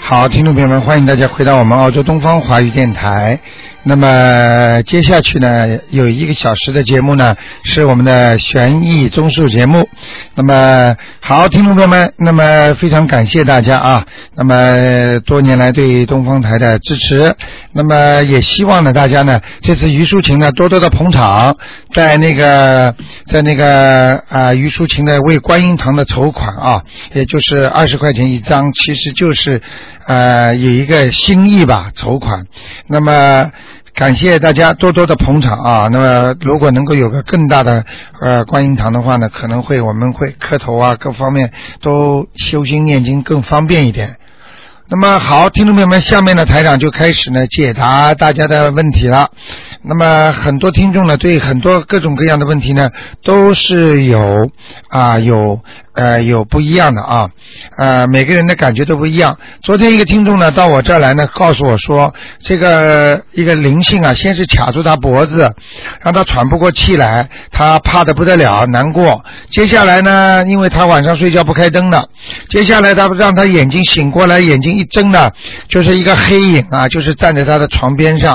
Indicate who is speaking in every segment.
Speaker 1: 好，听众朋友们，欢迎大家回到我们澳洲东方华语电台。那么接下去呢，有一个小时的节目呢，是我们的悬疑综述节目。那么好，听众朋友们，那么非常感谢大家啊，那么多年来对东方台的支持，那么也希望呢大家呢，这次于淑琴呢多多的捧场，在那个在那个啊、于淑琴的为观音堂的筹款啊，也就是二十块钱一张，其实就是呃有一个心意吧，筹款。那么感谢大家多多的捧场啊！那么如果能够有个更大的呃观音堂的话呢，可能会我们会磕头啊，各方面都修心念经更方便一点。那么好，听众朋友们，下面呢台长就开始呢解答大家的问题了。那么很多听众呢对很多各种各样的问题呢都是有啊有呃有不一样的啊呃每个人的感觉都不一样。昨天一个听众呢到我这儿来呢告诉我说，这个一个灵性啊先是卡住他脖子，让他喘不过气来，他怕的不得了，难过。接下来呢，因为他晚上睡觉不开灯了，接下来他让他眼睛醒过来，眼睛一睁呢，就是一个黑影啊，就是站在他的床边上。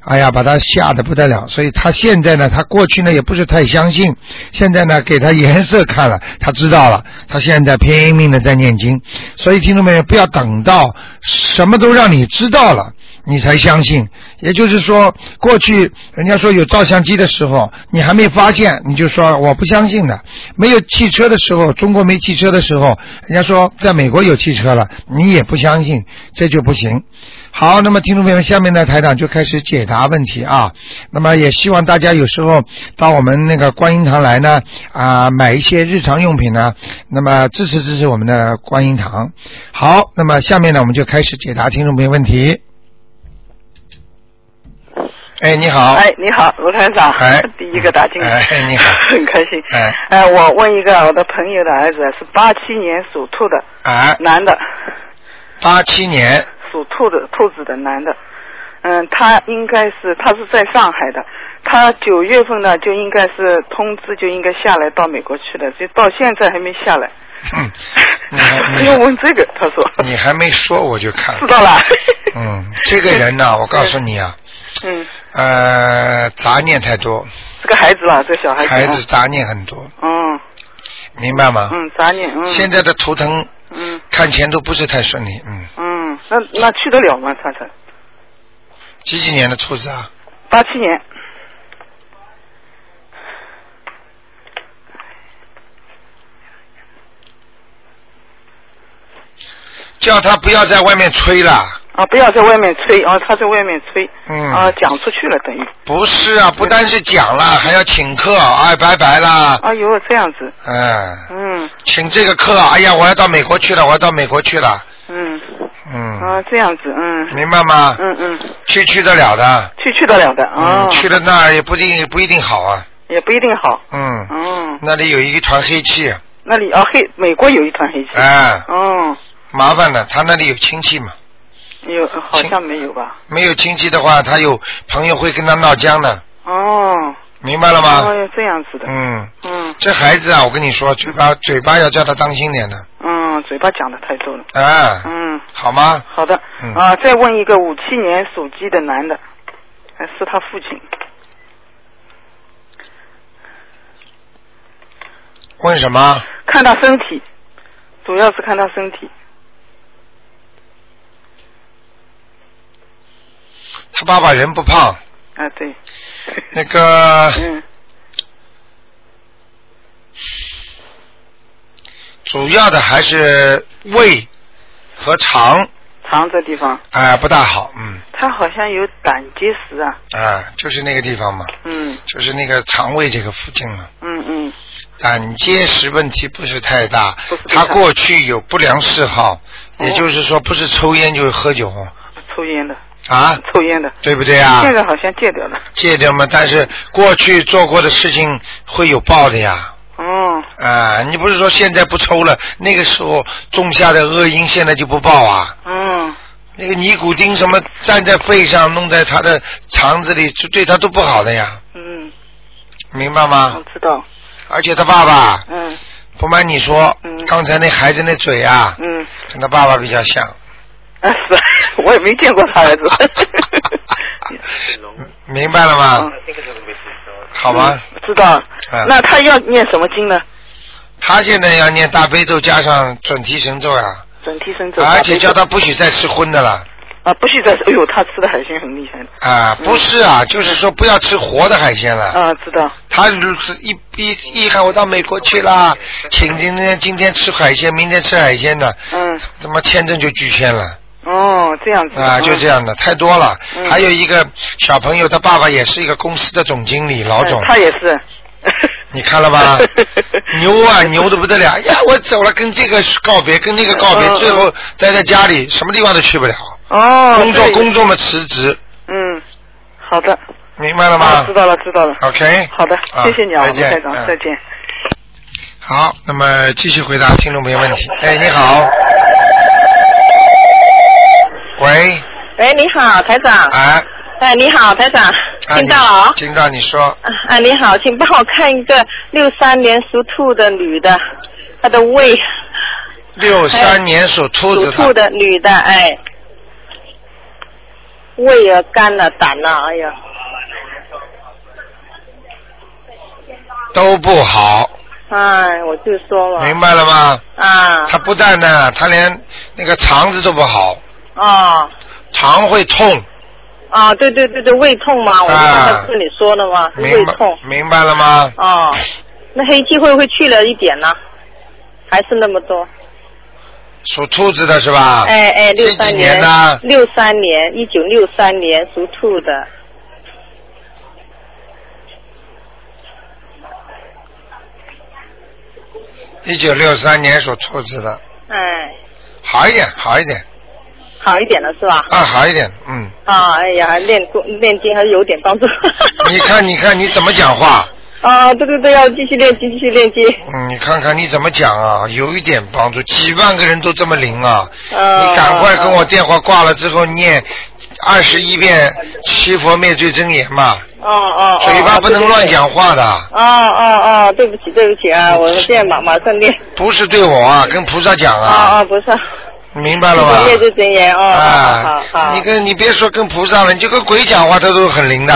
Speaker 1: 哎呀，把他吓得不得了，所以他现在呢，他过去呢也不是太相信，现在呢给他颜色看了，他知道了，他现在拼命的在念经，所以听众朋友不要等到什么都让你知道了。你才相信。也就是说，过去人家说有照相机的时候，你还没发现，你就说我不相信的；没有汽车的时候，中国没汽车的时候，人家说在美国有汽车了，你也不相信，这就不行。好，那么听众朋友们，下面呢，台长就开始解答问题啊。那么也希望大家有时候到我们那个观音堂来呢，啊、买一些日常用品呢，那么支持支持我们的观音堂。好，那么下面呢，我们就开始解答听众朋友问题。哎，你好。
Speaker 2: 哎，你好，卢团长。
Speaker 1: 哎
Speaker 2: 第一个打进来。
Speaker 1: 哎你好
Speaker 2: 很开心。
Speaker 1: 哎
Speaker 2: 哎，我问一个，我的朋友的儿子是八七年属兔的
Speaker 1: 啊，
Speaker 2: 男的，
Speaker 1: 八七年
Speaker 2: 属兔的兔子的男的。嗯，他应该是他是在上海的，他九月份呢就应该是通知就应该下来到美国去的，就到现在还没下来。
Speaker 1: 嗯你 还没
Speaker 2: 要问这个，他说
Speaker 1: 你还没说我就看
Speaker 2: 知。道了。
Speaker 1: 嗯，这个人呢、我告诉你啊，
Speaker 2: 嗯，
Speaker 1: 呃，杂念太多，
Speaker 2: 这个孩子啊，这个小孩子。
Speaker 1: 孩子。杂念很多，
Speaker 2: 嗯
Speaker 1: 明白吗？
Speaker 2: 嗯，杂念嗯。
Speaker 1: 现在的图腾
Speaker 2: 嗯
Speaker 1: 看前途不是太顺利，嗯，
Speaker 2: 嗯，那那去得了吗？他才
Speaker 1: 几几年的兔子啊？
Speaker 2: 八七年。
Speaker 1: 叫他不要在外面吹了。
Speaker 2: 啊，不要在外面吹啊，他在外面吹，
Speaker 1: 嗯
Speaker 2: 啊，讲出去了等于，
Speaker 1: 不是啊，不单是讲了，还要请客，哎，拜拜啦，
Speaker 2: 哎呦这样子，
Speaker 1: 嗯，
Speaker 2: 嗯
Speaker 1: 请这个客，哎呀，我要到美国去了，我要到美国去了，
Speaker 2: 嗯，啊
Speaker 1: 嗯，
Speaker 2: 这样子，嗯
Speaker 1: 明白吗？
Speaker 2: 嗯嗯，
Speaker 1: 去去得了的，
Speaker 2: 去去得了的啊
Speaker 1: 嗯，，去了那儿也不一定不一定好啊，
Speaker 2: 也不一定好，
Speaker 1: 嗯，
Speaker 2: 嗯，
Speaker 1: 那里有一团黑气，
Speaker 2: 那里啊黑美国有一团黑气，
Speaker 1: 哎，
Speaker 2: 哦，
Speaker 1: 麻烦了，他那里有亲戚嘛，
Speaker 2: 有好像没有吧，
Speaker 1: 没有亲戚的话，他有朋友会跟他闹僵的，
Speaker 2: 哦，
Speaker 1: 明白了
Speaker 2: 哎
Speaker 1: 吗？
Speaker 2: 呦这样子的，
Speaker 1: 嗯，
Speaker 2: 嗯
Speaker 1: 这孩子啊，我跟你说，嘴巴嘴巴要叫他当心点的，
Speaker 2: 嗯，嘴巴讲的太多了，
Speaker 1: 哎，
Speaker 2: 嗯，
Speaker 1: 好吗？
Speaker 2: 好的
Speaker 1: 嗯，
Speaker 2: 啊，再问一个五七年属鸡的男的，哎是他父亲，
Speaker 1: 问什么？
Speaker 2: 看他身体，主要是看他身体。
Speaker 1: 他爸爸人不胖，
Speaker 2: 啊， 对，
Speaker 1: 那个
Speaker 2: 嗯
Speaker 1: 主要的还是胃和肠，
Speaker 2: 肠这地方，
Speaker 1: 哎、不大好，嗯，
Speaker 2: 他好像有胆结石啊，
Speaker 1: 啊、就是那个地方嘛，
Speaker 2: 嗯
Speaker 1: 就是那个肠胃这个附近嘛。
Speaker 2: 嗯嗯，
Speaker 1: 胆结石问题不是太大
Speaker 2: 不是，太
Speaker 1: 他
Speaker 2: 大
Speaker 1: 过去有不良嗜好，也
Speaker 2: 哦
Speaker 1: 就是说不是抽烟就是喝酒
Speaker 2: 抽烟的，
Speaker 1: 啊，
Speaker 2: 抽烟的，
Speaker 1: 对不对啊？
Speaker 2: 现在好像戒掉了，
Speaker 1: 戒掉嘛，但是过去做过的事情会有报的呀。
Speaker 2: 哦，
Speaker 1: 啊，你不是说现在不抽了，那个时候种下的恶因现在就不报啊？
Speaker 2: 嗯，
Speaker 1: 那个尼古丁什么站在肺上，弄在他的肠子里，就对他都不好的呀，
Speaker 2: 嗯，
Speaker 1: 明白吗
Speaker 2: 我？知道，
Speaker 1: 而且他爸爸，
Speaker 2: 嗯
Speaker 1: 不瞒你说
Speaker 2: 嗯，
Speaker 1: 刚才那孩子那嘴啊，
Speaker 2: 嗯，哎
Speaker 1: 跟他爸爸比较像，
Speaker 3: 啊，是 啊，我也没见过他儿子。
Speaker 1: 明白了吗？
Speaker 3: 嗯
Speaker 1: 好吧，
Speaker 3: 知道。
Speaker 1: 嗯
Speaker 3: 那他要念什么经呢？
Speaker 1: 他现在要念大悲咒加上准提神咒呀、
Speaker 3: 准提神咒。
Speaker 1: 而且叫
Speaker 3: 大悲
Speaker 1: 啊他不许再吃荤的了
Speaker 3: 咒啊，不许再吃。哎呦，他吃的海鲜很厉害的。
Speaker 1: 啊！不是啊，就是说不要吃活的海鲜了。
Speaker 3: 啊，知道。
Speaker 1: 他如此一一一喊我到美国去啦，请今天今天吃海鲜，明天吃海鲜的，
Speaker 3: 嗯，
Speaker 1: 他妈签证就拒签了
Speaker 3: 哦，这样子。
Speaker 1: 啊，就这
Speaker 3: 样。
Speaker 1: 样的，太多了。
Speaker 3: 嗯
Speaker 1: 还有一个小朋友，他爸爸也是一个公司的总经理，老总
Speaker 3: 嗯，他也是。
Speaker 1: 你看了吧？牛啊，牛的不得了！哎呀，我走了，跟这个告别，跟那个告别
Speaker 3: 嗯，嗯
Speaker 1: 最后待在家里，什么地方都去不了。
Speaker 3: 哦。
Speaker 1: 工作
Speaker 3: 对
Speaker 1: 工。作嘛，辞职，
Speaker 3: 嗯，好的。
Speaker 1: 明白了
Speaker 3: 啊
Speaker 1: 吗
Speaker 3: 知道了，知道了。
Speaker 1: ？OK，
Speaker 3: 好的，谢谢你啊，
Speaker 1: 再
Speaker 3: 吴台
Speaker 1: 见，
Speaker 3: 长，
Speaker 1: 嗯
Speaker 3: 再见。
Speaker 1: 好，那么继续回答听众朋友问题。哎，你好。喂，
Speaker 2: 喂，你好，台长。
Speaker 1: 哎，
Speaker 2: 哎，你好，台长，
Speaker 1: 啊
Speaker 2: 听到了啊
Speaker 1: 你、听到你说，
Speaker 2: 啊啊，你好，请帮我看一个六三年属兔的女的，她的胃
Speaker 1: 六三年哎属兔
Speaker 2: 属
Speaker 1: 子
Speaker 2: 兔
Speaker 1: 的，
Speaker 2: 的女的，哎，胃啊、肝啊、胆啊，哎呀，
Speaker 1: 都不好，
Speaker 2: 哎，我就说嘛，
Speaker 1: 明白了吗？
Speaker 2: 啊，
Speaker 1: 他不但呢，他连那个肠子都不好，
Speaker 2: 哦，
Speaker 1: 肠会痛，
Speaker 2: 哦，对对对对，胃痛嘛，我就
Speaker 1: 啊
Speaker 2: 刚才跟你说了嘛，是
Speaker 1: 明
Speaker 2: 胃
Speaker 1: 白
Speaker 2: 痛，
Speaker 1: 明白了吗？
Speaker 2: 哦，那黑气会不会去了一点呢？还是那么多？
Speaker 1: 属兔子啊的是吧？
Speaker 2: 哎哎，六
Speaker 1: 这
Speaker 2: 三
Speaker 1: 几年呢？
Speaker 2: 六三年，一九六三年属兔的。
Speaker 1: 一九六三年属兔子的，
Speaker 2: 哎，
Speaker 1: 好一点，好一点，
Speaker 2: 好一点了是吧？
Speaker 1: 啊，好一点，嗯。
Speaker 2: 啊，哎呀，练功练经还是有点帮助。
Speaker 1: 你看，你看你怎么讲话？
Speaker 2: 啊，对对对，要继续练，继续练经。
Speaker 1: 嗯，你看看你怎么讲啊，有一点帮助。几万个人都这么灵啊！
Speaker 2: 呃，
Speaker 1: 你赶快跟我电话挂了之后念二十一遍七佛灭罪真言嘛，
Speaker 2: 哦。哦哦。
Speaker 1: 嘴巴不能乱。讲话的，
Speaker 2: 哦哦哦，对不起对不起啊，我现在马马上练。
Speaker 1: 不是对我啊，跟菩萨讲
Speaker 2: 啊
Speaker 1: 啊，
Speaker 2: 啊，不是。
Speaker 1: 明白了吗？
Speaker 2: 业就真言哦，好
Speaker 1: 啊
Speaker 2: 好，好。
Speaker 1: 你跟你别说跟菩萨了，你就跟鬼讲话，他都很灵的。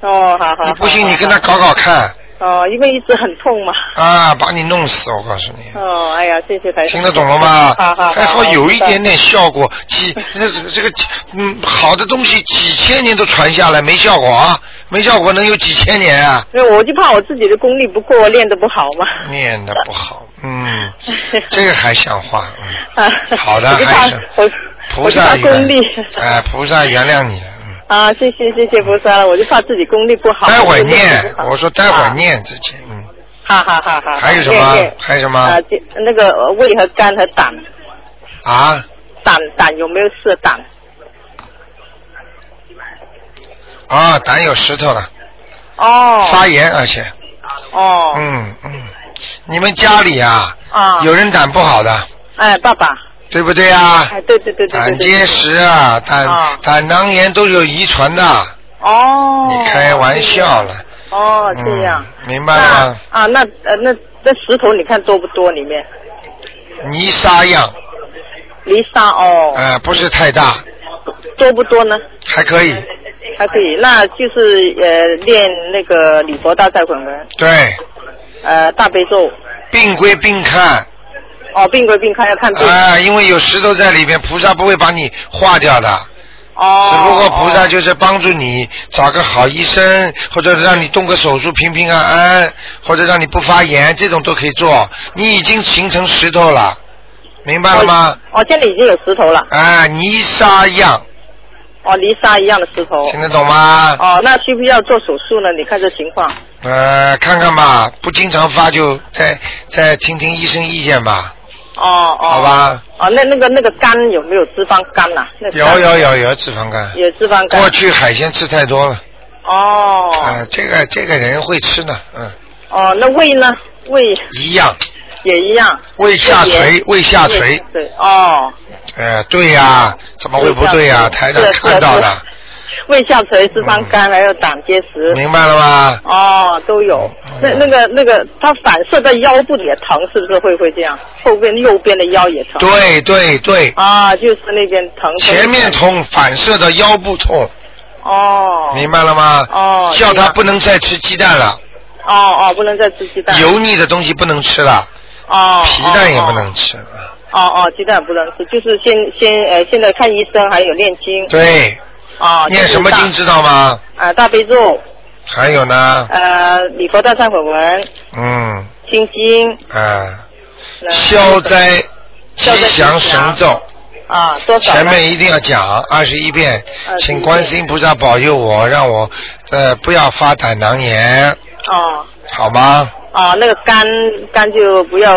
Speaker 2: 哦，好好。
Speaker 1: 你不信，
Speaker 2: 好
Speaker 1: 你跟他。搞搞看
Speaker 2: 好哦，因为一直很痛嘛。
Speaker 1: 啊，把你弄死！我告诉你。
Speaker 2: 哦，哎呀，谢谢台长。
Speaker 1: 听得懂了吗？
Speaker 2: 好好好
Speaker 1: 还好有一点
Speaker 2: 我知
Speaker 1: 点效果，几这个这个嗯好的东西几千年都传下来没效果啊，没效果能有几千年啊？
Speaker 2: 道。因为我就怕我自己的功力不够，练得不好嘛。
Speaker 1: 念的不好，嗯， 这个还像话，嗯，
Speaker 2: 啊
Speaker 1: 好的
Speaker 2: 我就
Speaker 1: 还
Speaker 2: 怕
Speaker 1: 是
Speaker 2: 我
Speaker 1: 菩萨
Speaker 2: 我就怕功
Speaker 1: 原
Speaker 2: 力。
Speaker 1: 哎，菩萨原谅你了。嗯
Speaker 2: 啊，谢谢谢谢菩萨了，我就怕自己功力不好。
Speaker 1: 待会儿
Speaker 2: 我就练得
Speaker 1: 念
Speaker 2: 不，好
Speaker 1: 我说待会儿。念自己，嗯，
Speaker 2: 好好好好。
Speaker 1: 还有什么
Speaker 2: 练练
Speaker 1: 还有什么
Speaker 2: 啊，这那个呃胃和肝和胆，
Speaker 1: 啊
Speaker 2: 胆胆有没有事？胆
Speaker 1: 啊，胆有石头了，
Speaker 2: 哦
Speaker 1: 发炎，而且，
Speaker 2: 哦
Speaker 1: 嗯嗯，你们家里啊，
Speaker 2: 啊
Speaker 1: 有人胆不好的，
Speaker 2: 哎爸爸
Speaker 1: 对不对啊？
Speaker 2: 哎对对对对对
Speaker 1: 胆
Speaker 2: 对
Speaker 1: 结石啊，
Speaker 2: 啊
Speaker 1: 胆胆囊炎都有遗传的，
Speaker 2: 哦
Speaker 1: 你开玩笑了，
Speaker 2: 哦
Speaker 1: 嗯
Speaker 2: 这样，
Speaker 1: 明白了
Speaker 2: 那
Speaker 1: 吗？
Speaker 2: 啊那呃那那石头你看多不多里面
Speaker 1: 泥沙样，
Speaker 2: 泥沙哦
Speaker 1: 呃，不是太大，
Speaker 2: 多不多呢？
Speaker 1: 还可以，
Speaker 2: 还可以，那就是呃练那个礼佛大忏悔文，
Speaker 1: 对，
Speaker 2: 呃大悲咒，
Speaker 1: 病归病看，
Speaker 2: 哦病归病看要看病，
Speaker 1: 啊、因为有石头在里面，菩萨不会把你化掉的，
Speaker 2: 哦，
Speaker 1: 只不过菩萨
Speaker 2: 哦
Speaker 1: 就是帮助你找个好医生，或者让你动个手术平平安安，或者让你不发炎，这种都可以做。你已经形成石头了，明白了吗？
Speaker 2: 哦哦，这里已经有石头了，
Speaker 1: 啊，泥沙样，
Speaker 2: 哦泥沙一样的石头，
Speaker 1: 听得懂吗？
Speaker 2: 哦那需不需要做手术呢？你看这情况，
Speaker 1: 呃，看看吧，不经常发就再再听听医生意见吧，
Speaker 2: 哦哦，
Speaker 1: 好，吧？
Speaker 2: 哦那那个那个肝有没有脂肪肝呐、那个
Speaker 1: 有
Speaker 2: 肝
Speaker 1: 有有有脂肪肝，
Speaker 2: 有脂肪肝
Speaker 1: 过，去海鲜吃太多了，
Speaker 2: 哦、
Speaker 1: 啊、这个这个人会吃呢，嗯，
Speaker 2: 哦那胃呢？胃
Speaker 1: 一样，
Speaker 2: 也一样，
Speaker 1: 胃下垂，胃下
Speaker 2: 胃
Speaker 1: 垂
Speaker 2: 下，垂，哦。
Speaker 1: 呃，对呀、怎么会不对呀、
Speaker 2: 胃下垂
Speaker 1: 台长
Speaker 2: 是的
Speaker 1: 看到的
Speaker 2: 是的，胃下垂、四川肝，还有胆结石。
Speaker 1: 明白了吧？
Speaker 2: 哦，都有。
Speaker 1: 嗯
Speaker 2: 那那个那个，它反射到腰部也疼，是不是会会这样？后边右边的腰也疼。
Speaker 1: 对对对，
Speaker 2: 啊，就是那边疼。
Speaker 1: 前面痛，反射到腰部痛，
Speaker 2: 哦。
Speaker 1: 明白了吗？
Speaker 2: 哦
Speaker 1: 叫
Speaker 2: 这
Speaker 1: 他
Speaker 2: 样
Speaker 1: 不能再吃鸡蛋了，
Speaker 2: 哦哦，不能再吃鸡蛋。
Speaker 1: 油腻的东西不能吃了，
Speaker 2: 哦。
Speaker 1: 皮蛋也不
Speaker 2: 哦。
Speaker 1: 能吃。
Speaker 2: 哦哦，鸡蛋不能吃，就是先先呃，现在看医生，还有念经。。
Speaker 1: 对，
Speaker 2: 哦。
Speaker 1: 念什么经知道
Speaker 2: 吗？
Speaker 1: 吗？
Speaker 2: 啊、大悲咒，
Speaker 1: 还有呢，
Speaker 2: 呃，礼佛大忏悔文，
Speaker 1: 嗯
Speaker 2: 心经，
Speaker 1: 啊，
Speaker 2: 呃
Speaker 1: 消灾吉
Speaker 2: 消灾吉
Speaker 1: 祥
Speaker 2: 祥
Speaker 1: 神咒。
Speaker 2: 啊，多少呢？
Speaker 1: 前面一定要讲二十一遍，
Speaker 2: 21
Speaker 1: 请观世音菩萨保佑我，让我呃不要发胆囊炎，
Speaker 2: 哦
Speaker 1: 好吗？
Speaker 2: 哦，那个肝肝就不要，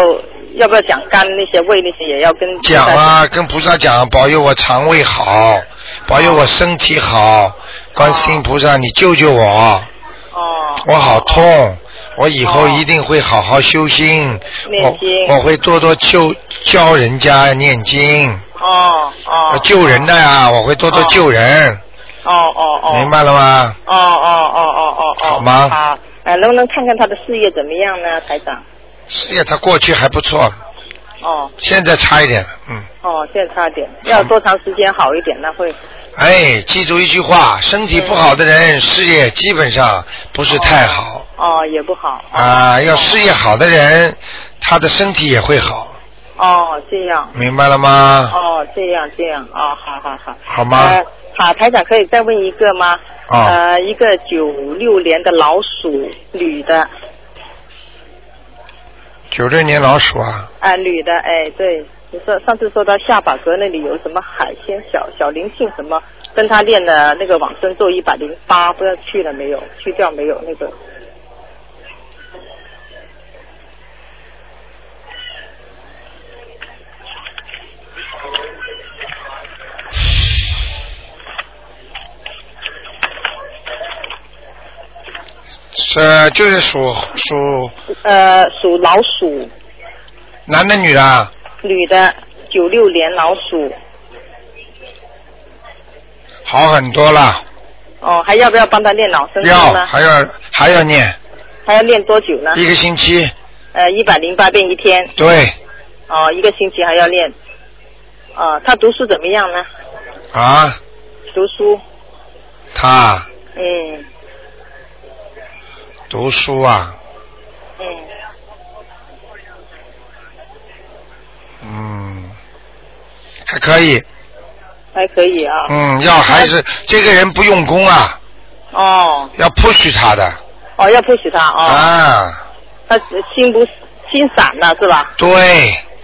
Speaker 2: 要不要讲肝那些胃那些也要跟
Speaker 1: 讲啊，跟菩萨讲，保佑我肠胃好，保佑我身体好。观世音菩萨，你救救我，
Speaker 2: 哦
Speaker 1: 我好痛，我以后
Speaker 2: 哦
Speaker 1: 一定会好好修心，
Speaker 2: 念经
Speaker 1: 我我会多多救教人家念经，
Speaker 2: 哦
Speaker 1: 呃
Speaker 2: 哦
Speaker 1: 救人的呀，我会多多
Speaker 2: 哦
Speaker 1: 救人，
Speaker 2: 哦哦哦
Speaker 1: 呃明白了吗？
Speaker 2: 哦哦哦哦哦哦
Speaker 1: 好吗
Speaker 2: 好，哎，能不能看看他的事业怎么样呢，台长？
Speaker 1: 事业他过去还不错，
Speaker 2: 哦
Speaker 1: 现在差一点了，嗯。
Speaker 2: 哦，现在差点，要多长时间好一点呢？会
Speaker 1: 哎，记住一句话：身体不好的
Speaker 2: 嗯
Speaker 1: 人，事业基本上不是太好
Speaker 2: 哦也不好
Speaker 1: 啊。要事业好的人，他的身体也会好，
Speaker 2: 哦这样
Speaker 1: 明白了吗？
Speaker 2: 哦这样这样哦好好好
Speaker 1: 好吗
Speaker 2: 呃好，台长可以再问一个吗？
Speaker 1: 啊
Speaker 2: 呃，一个九六年的老鼠女的。
Speaker 1: 九六年老鼠啊，
Speaker 2: 啊，女的，哎，对，你说上次说到下巴格那里有什么海鲜小小灵性什么，跟他练的那个往生咒一百零八，不知道去了没有，去掉没有那个？
Speaker 1: 这就是属属
Speaker 2: 呃，属老鼠，
Speaker 1: 男的女的啊，
Speaker 2: 女的，九六年老鼠，
Speaker 1: 好很多了，
Speaker 2: 哦，还要不要帮他练老生咒
Speaker 1: 要
Speaker 2: 呢？
Speaker 1: 还要还要念
Speaker 2: 还要练多久呢？
Speaker 1: 一个星期，
Speaker 2: 呃，一百零八遍一天，
Speaker 1: 对
Speaker 2: 哦，一个星期还要练。啊、他读书怎么样呢？
Speaker 1: 啊，
Speaker 2: 读书，
Speaker 1: 他
Speaker 2: 嗯
Speaker 1: 读书啊，
Speaker 2: 嗯，
Speaker 1: 嗯，还可以，
Speaker 2: 还可以啊。
Speaker 1: 嗯，要还是这个人不用功啊，
Speaker 2: 哦
Speaker 1: 要 push 他的
Speaker 2: 哦，要不许他哦。
Speaker 1: 啊。
Speaker 2: 他心不心散了是吧？
Speaker 1: 对，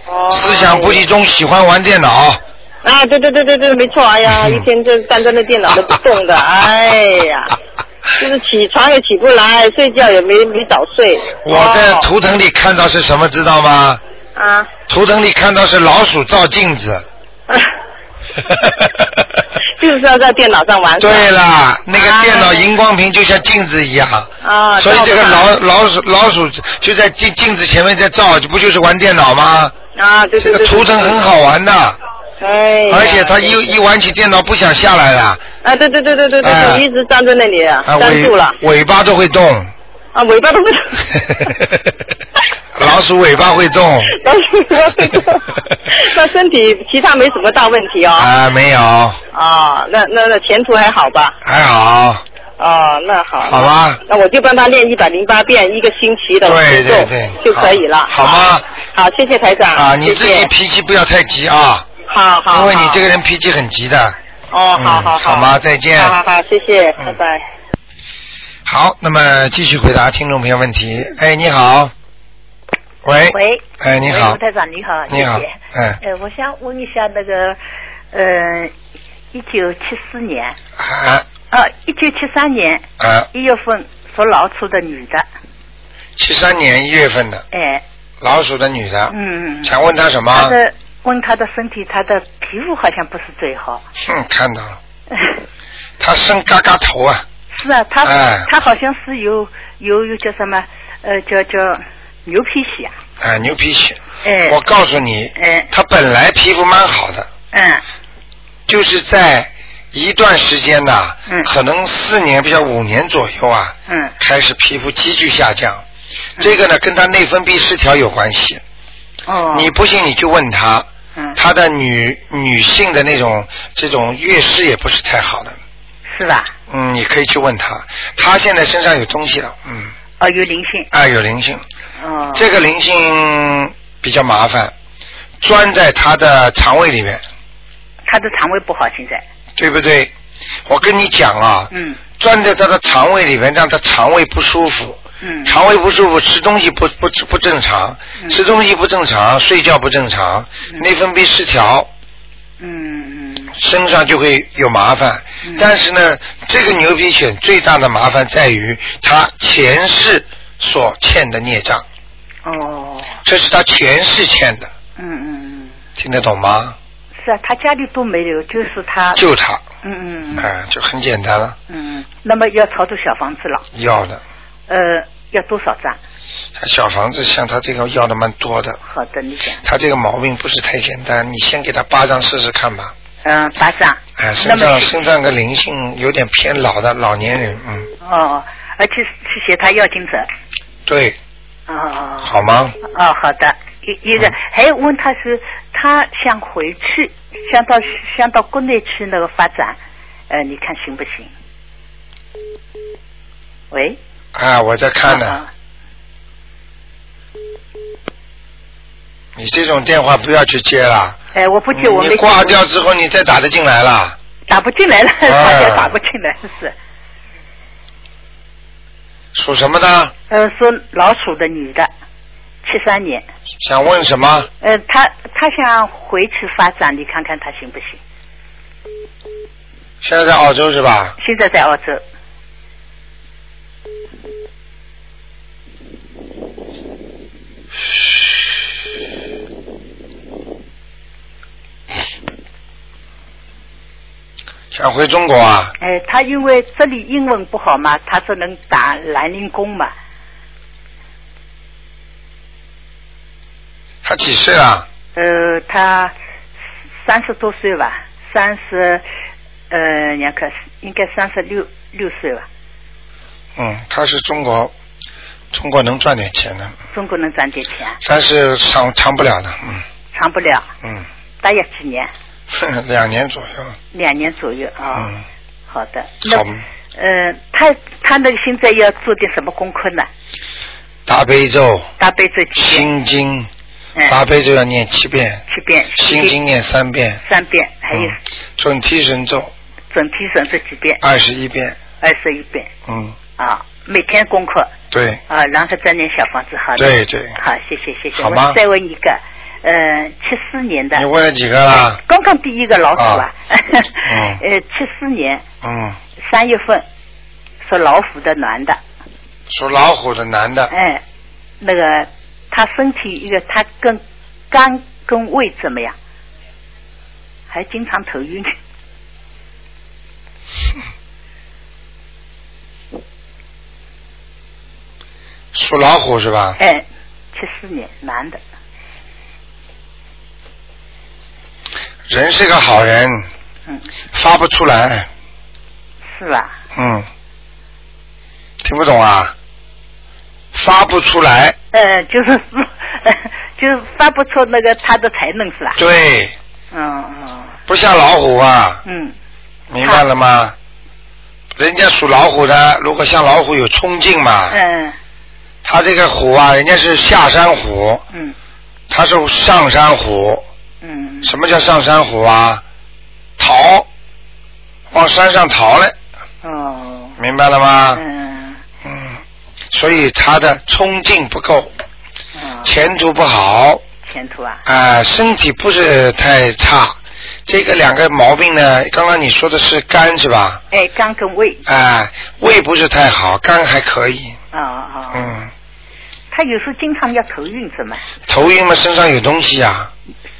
Speaker 2: 哦，
Speaker 1: 思想不集中，喜欢玩电脑。
Speaker 2: 啊，对对对对对，没错，哎呀，
Speaker 1: 嗯
Speaker 2: 一天就站在那电脑都不 动的，哎呀，就是起床也起不来，睡觉也没没早睡。
Speaker 1: 我在
Speaker 2: 哦
Speaker 1: 图腾里看到是什么，知道吗？
Speaker 2: 啊，
Speaker 1: 图腾里看到是老鼠照镜子。
Speaker 2: 就是要在电脑上玩。
Speaker 1: 对啦，那个电脑
Speaker 2: 哎
Speaker 1: 荧光屏就像镜子一样，
Speaker 2: 啊，
Speaker 1: 所以这个
Speaker 2: 照不
Speaker 1: 老
Speaker 2: 到
Speaker 1: 老鼠老鼠就在镜镜子前面在照，这不就是玩电脑吗？
Speaker 2: 啊，对
Speaker 1: 这
Speaker 2: 对
Speaker 1: 个
Speaker 2: 对，
Speaker 1: 图腾很好玩的，
Speaker 2: 对，哎呀，
Speaker 1: 而且他一一玩起电脑不想下来了，
Speaker 2: 啊，对对对对对对
Speaker 1: 哎
Speaker 2: 对，一直站在那里
Speaker 1: 啊
Speaker 2: 站
Speaker 1: 尾
Speaker 2: 住了，
Speaker 1: 尾巴都会 动，
Speaker 2: 啊，尾巴都 不。
Speaker 1: 老鼠尾巴会动。
Speaker 2: 都是那身体其他没什么大问题哦。
Speaker 1: 啊，没有，
Speaker 2: 啊，那那那前途还好吧？
Speaker 1: 还好，
Speaker 2: 哦，那好。
Speaker 1: 好吧。
Speaker 2: 那我就帮他练一百零八遍一个星期的
Speaker 1: 对
Speaker 2: 节奏
Speaker 1: 对对
Speaker 2: 就可以了。
Speaker 1: 好好吗？
Speaker 2: 好，谢谢台长。
Speaker 1: 啊，你自己
Speaker 2: 谢谢
Speaker 1: 脾气不要太急啊，
Speaker 2: 好好。
Speaker 1: 因为你这
Speaker 2: 个
Speaker 1: 个人脾气很急的。
Speaker 2: 哦，好
Speaker 1: 嗯
Speaker 2: 好
Speaker 1: 好吗再见
Speaker 2: 好好好，谢谢，
Speaker 1: 嗯
Speaker 2: 拜拜。
Speaker 1: 好，那么继续回答听众朋友问题。哎，你好，喂，
Speaker 4: 喂，
Speaker 1: 哎，你
Speaker 4: 喂
Speaker 1: 好
Speaker 4: 卢，台长你好，
Speaker 1: 你好
Speaker 4: 谢谢。，
Speaker 1: 哎，
Speaker 4: 呃，我想问一下那个，呃，一九七四年，
Speaker 1: 啊
Speaker 4: 哦，一九七三年
Speaker 1: 啊，
Speaker 4: 一月份属老鼠的女的，
Speaker 1: 七三年一月份的
Speaker 4: 哎，
Speaker 1: 老鼠的女的，
Speaker 4: 嗯，
Speaker 1: 啊想问她什
Speaker 4: 她
Speaker 1: 么？
Speaker 4: 的问她的身体，她的皮肤好像不是最好，
Speaker 1: 哼，看到了，她生嘎嘎头啊，
Speaker 4: 是啊，她
Speaker 1: 哎
Speaker 4: 她好像是有有有叫什么，呃，叫叫牛皮癣，
Speaker 1: 啊，牛皮癣。
Speaker 4: 哎，
Speaker 1: 我告诉你，
Speaker 4: 哎，
Speaker 1: 她本来皮肤蛮好的，
Speaker 4: 嗯，
Speaker 1: 就是在一段时间呐、
Speaker 4: 嗯
Speaker 1: 可能四年比较五年左右啊，
Speaker 4: 嗯
Speaker 1: 开始皮肤急剧下降。这个呢，跟他内分泌失调有关系。
Speaker 4: 哦，
Speaker 1: 你不信，你去问他，
Speaker 4: 嗯
Speaker 1: 他的女女性的那种这种月事也不是太好的。
Speaker 4: 是吧？
Speaker 1: 嗯，你可以去问他，他现在身上有东西了，嗯，
Speaker 4: 哦，有灵性，
Speaker 1: 啊，有灵性，
Speaker 4: 哦，
Speaker 1: 这个灵性比较麻烦，钻在他的肠胃里面，
Speaker 4: 他的肠胃不好，现在，
Speaker 1: 对不对？我跟你讲啊，
Speaker 4: 嗯
Speaker 1: 钻在他的肠胃里面，让他肠胃不舒服，
Speaker 4: 嗯，
Speaker 1: 肠胃不舒服，吃东西不不不正常，
Speaker 4: 嗯
Speaker 1: 吃东西不正常，睡觉不正常，
Speaker 4: 嗯
Speaker 1: 内分泌失调，
Speaker 4: 嗯嗯
Speaker 1: 身上就会有麻烦。
Speaker 4: 嗯
Speaker 1: 但是呢，这个牛皮癣最大的麻烦在于他前世所欠的孽障，
Speaker 4: 哦，
Speaker 1: 这是他前世欠的，
Speaker 4: 嗯嗯嗯，
Speaker 1: 听得懂吗？
Speaker 4: 是啊，他家里都没有，就是他，
Speaker 1: 救他，
Speaker 4: 嗯
Speaker 1: 嗯、
Speaker 4: 嗯嗯
Speaker 1: 就很简单了，
Speaker 4: 嗯，那么要操作小房子了，
Speaker 1: 要的。
Speaker 4: 呃，要多少张？
Speaker 1: 小房子像他这个要的蛮多的，
Speaker 4: 好的，你讲，
Speaker 1: 他这个毛病不是太简单，你先给他八张试试看吧。
Speaker 4: 嗯，八张，
Speaker 1: 哎，
Speaker 4: 那
Speaker 1: 身
Speaker 4: 么
Speaker 1: 上
Speaker 4: 是
Speaker 1: 身上个灵性有点偏老的老年人，嗯，
Speaker 4: 哦，而且是写他要精者，
Speaker 1: 对，
Speaker 4: 哦哦哦
Speaker 1: 好吗？
Speaker 4: 哦，好的，一一个
Speaker 1: 嗯
Speaker 4: 还问他是他想回去，想到想到国内去那个发展，呃，你看行不行？喂，
Speaker 1: 啊，我在看呢。
Speaker 4: 啊
Speaker 1: 你这种电话不要去接了，
Speaker 4: 哎，我不接，我
Speaker 1: 你
Speaker 4: 没
Speaker 1: 你
Speaker 4: 接
Speaker 1: 挂掉之后你再打得进来了。
Speaker 4: 打不进来了，
Speaker 1: 哎
Speaker 4: 他就打不进来是，
Speaker 1: 属什么的？
Speaker 4: 呃，说老鼠的女的，七三年，
Speaker 1: 想问什么？
Speaker 4: 呃，她她想回去发展，你看看她行不行？
Speaker 1: 现在在澳洲是吧？
Speaker 4: 现在在澳洲，
Speaker 1: 想回中国啊？
Speaker 4: 哎，她因为这里英文不好嘛，她只能打兰陵工嘛，
Speaker 1: 他几岁了？
Speaker 4: 呃，他三十多岁吧，三十，呃，两个应该三十六六岁吧。
Speaker 1: 嗯，他是中国，中国能赚点钱的，
Speaker 4: 中国能赚点钱，
Speaker 1: 但是长长不了的，嗯
Speaker 4: 长不了，
Speaker 1: 嗯
Speaker 4: 大约几年，
Speaker 1: 呵呵，嗯 两年左右。
Speaker 4: 两年左右啊、
Speaker 1: 嗯，
Speaker 4: 好的，那
Speaker 1: 好，
Speaker 4: 呃，他他那个现在要做点什么功课呢？
Speaker 1: 大悲咒、
Speaker 4: 大悲咒七遍，
Speaker 1: 心经，
Speaker 4: 嗯，
Speaker 1: 大悲咒要念七遍，
Speaker 4: 七遍，
Speaker 1: 心经念三遍，
Speaker 4: 三遍，还有
Speaker 1: 嗯，啊准提神咒
Speaker 4: 准提神这几遍，
Speaker 1: 二十一遍，
Speaker 4: 二十一遍
Speaker 1: 嗯，
Speaker 4: 啊，每天功课。
Speaker 1: 对，
Speaker 4: 啊，然后再念小房子，好的。
Speaker 1: 对对
Speaker 4: 好，谢谢谢谢。
Speaker 1: 好吗
Speaker 4: 我再问一个，呃，七四年的
Speaker 1: 你，问了几个啦？
Speaker 4: 刚刚第一个老鼠 啊，
Speaker 1: 嗯
Speaker 4: 呃，七四年
Speaker 1: 嗯，
Speaker 4: 三月份，属老虎的男的，
Speaker 1: 属老虎的男的，
Speaker 4: 哎、那个他身体一个他跟肝跟胃怎么样？还经常头晕。
Speaker 1: 属老虎是吧？
Speaker 4: 哎，七四年男的，
Speaker 1: 人是个好人，
Speaker 4: 嗯，
Speaker 1: 发不出来，
Speaker 4: 是吧？
Speaker 1: 嗯，听不懂啊？发不出来，
Speaker 4: 呃，就是 就是发不出那个他的才能是吧？
Speaker 1: 对，
Speaker 4: 嗯嗯
Speaker 1: 不像老虎啊，
Speaker 4: 嗯，
Speaker 1: 明白了吗？人家属老虎的，如果像老虎有冲劲嘛，
Speaker 4: 嗯
Speaker 1: 他这个虎啊，人家是下山虎，
Speaker 4: 嗯
Speaker 1: 他是上山虎。
Speaker 4: 嗯，
Speaker 1: 什么叫上山虎啊？逃，往山上逃嘞，
Speaker 4: 哦，
Speaker 1: 明白了吗？
Speaker 4: 嗯
Speaker 1: 嗯。所以他的冲劲不够，
Speaker 4: 嗯，
Speaker 1: 前途不好，
Speaker 4: 前途啊，
Speaker 1: 啊、身体不是太差。这个两个毛病呢，刚刚你说的是肝是吧？
Speaker 4: 哎，肝跟胃，
Speaker 1: 啊、胃不是太好，肝还可以。
Speaker 4: 啊啊，哦
Speaker 1: 嗯，
Speaker 4: 他有时候经常要头晕，怎么？
Speaker 1: 头晕嘛，身上有东西啊。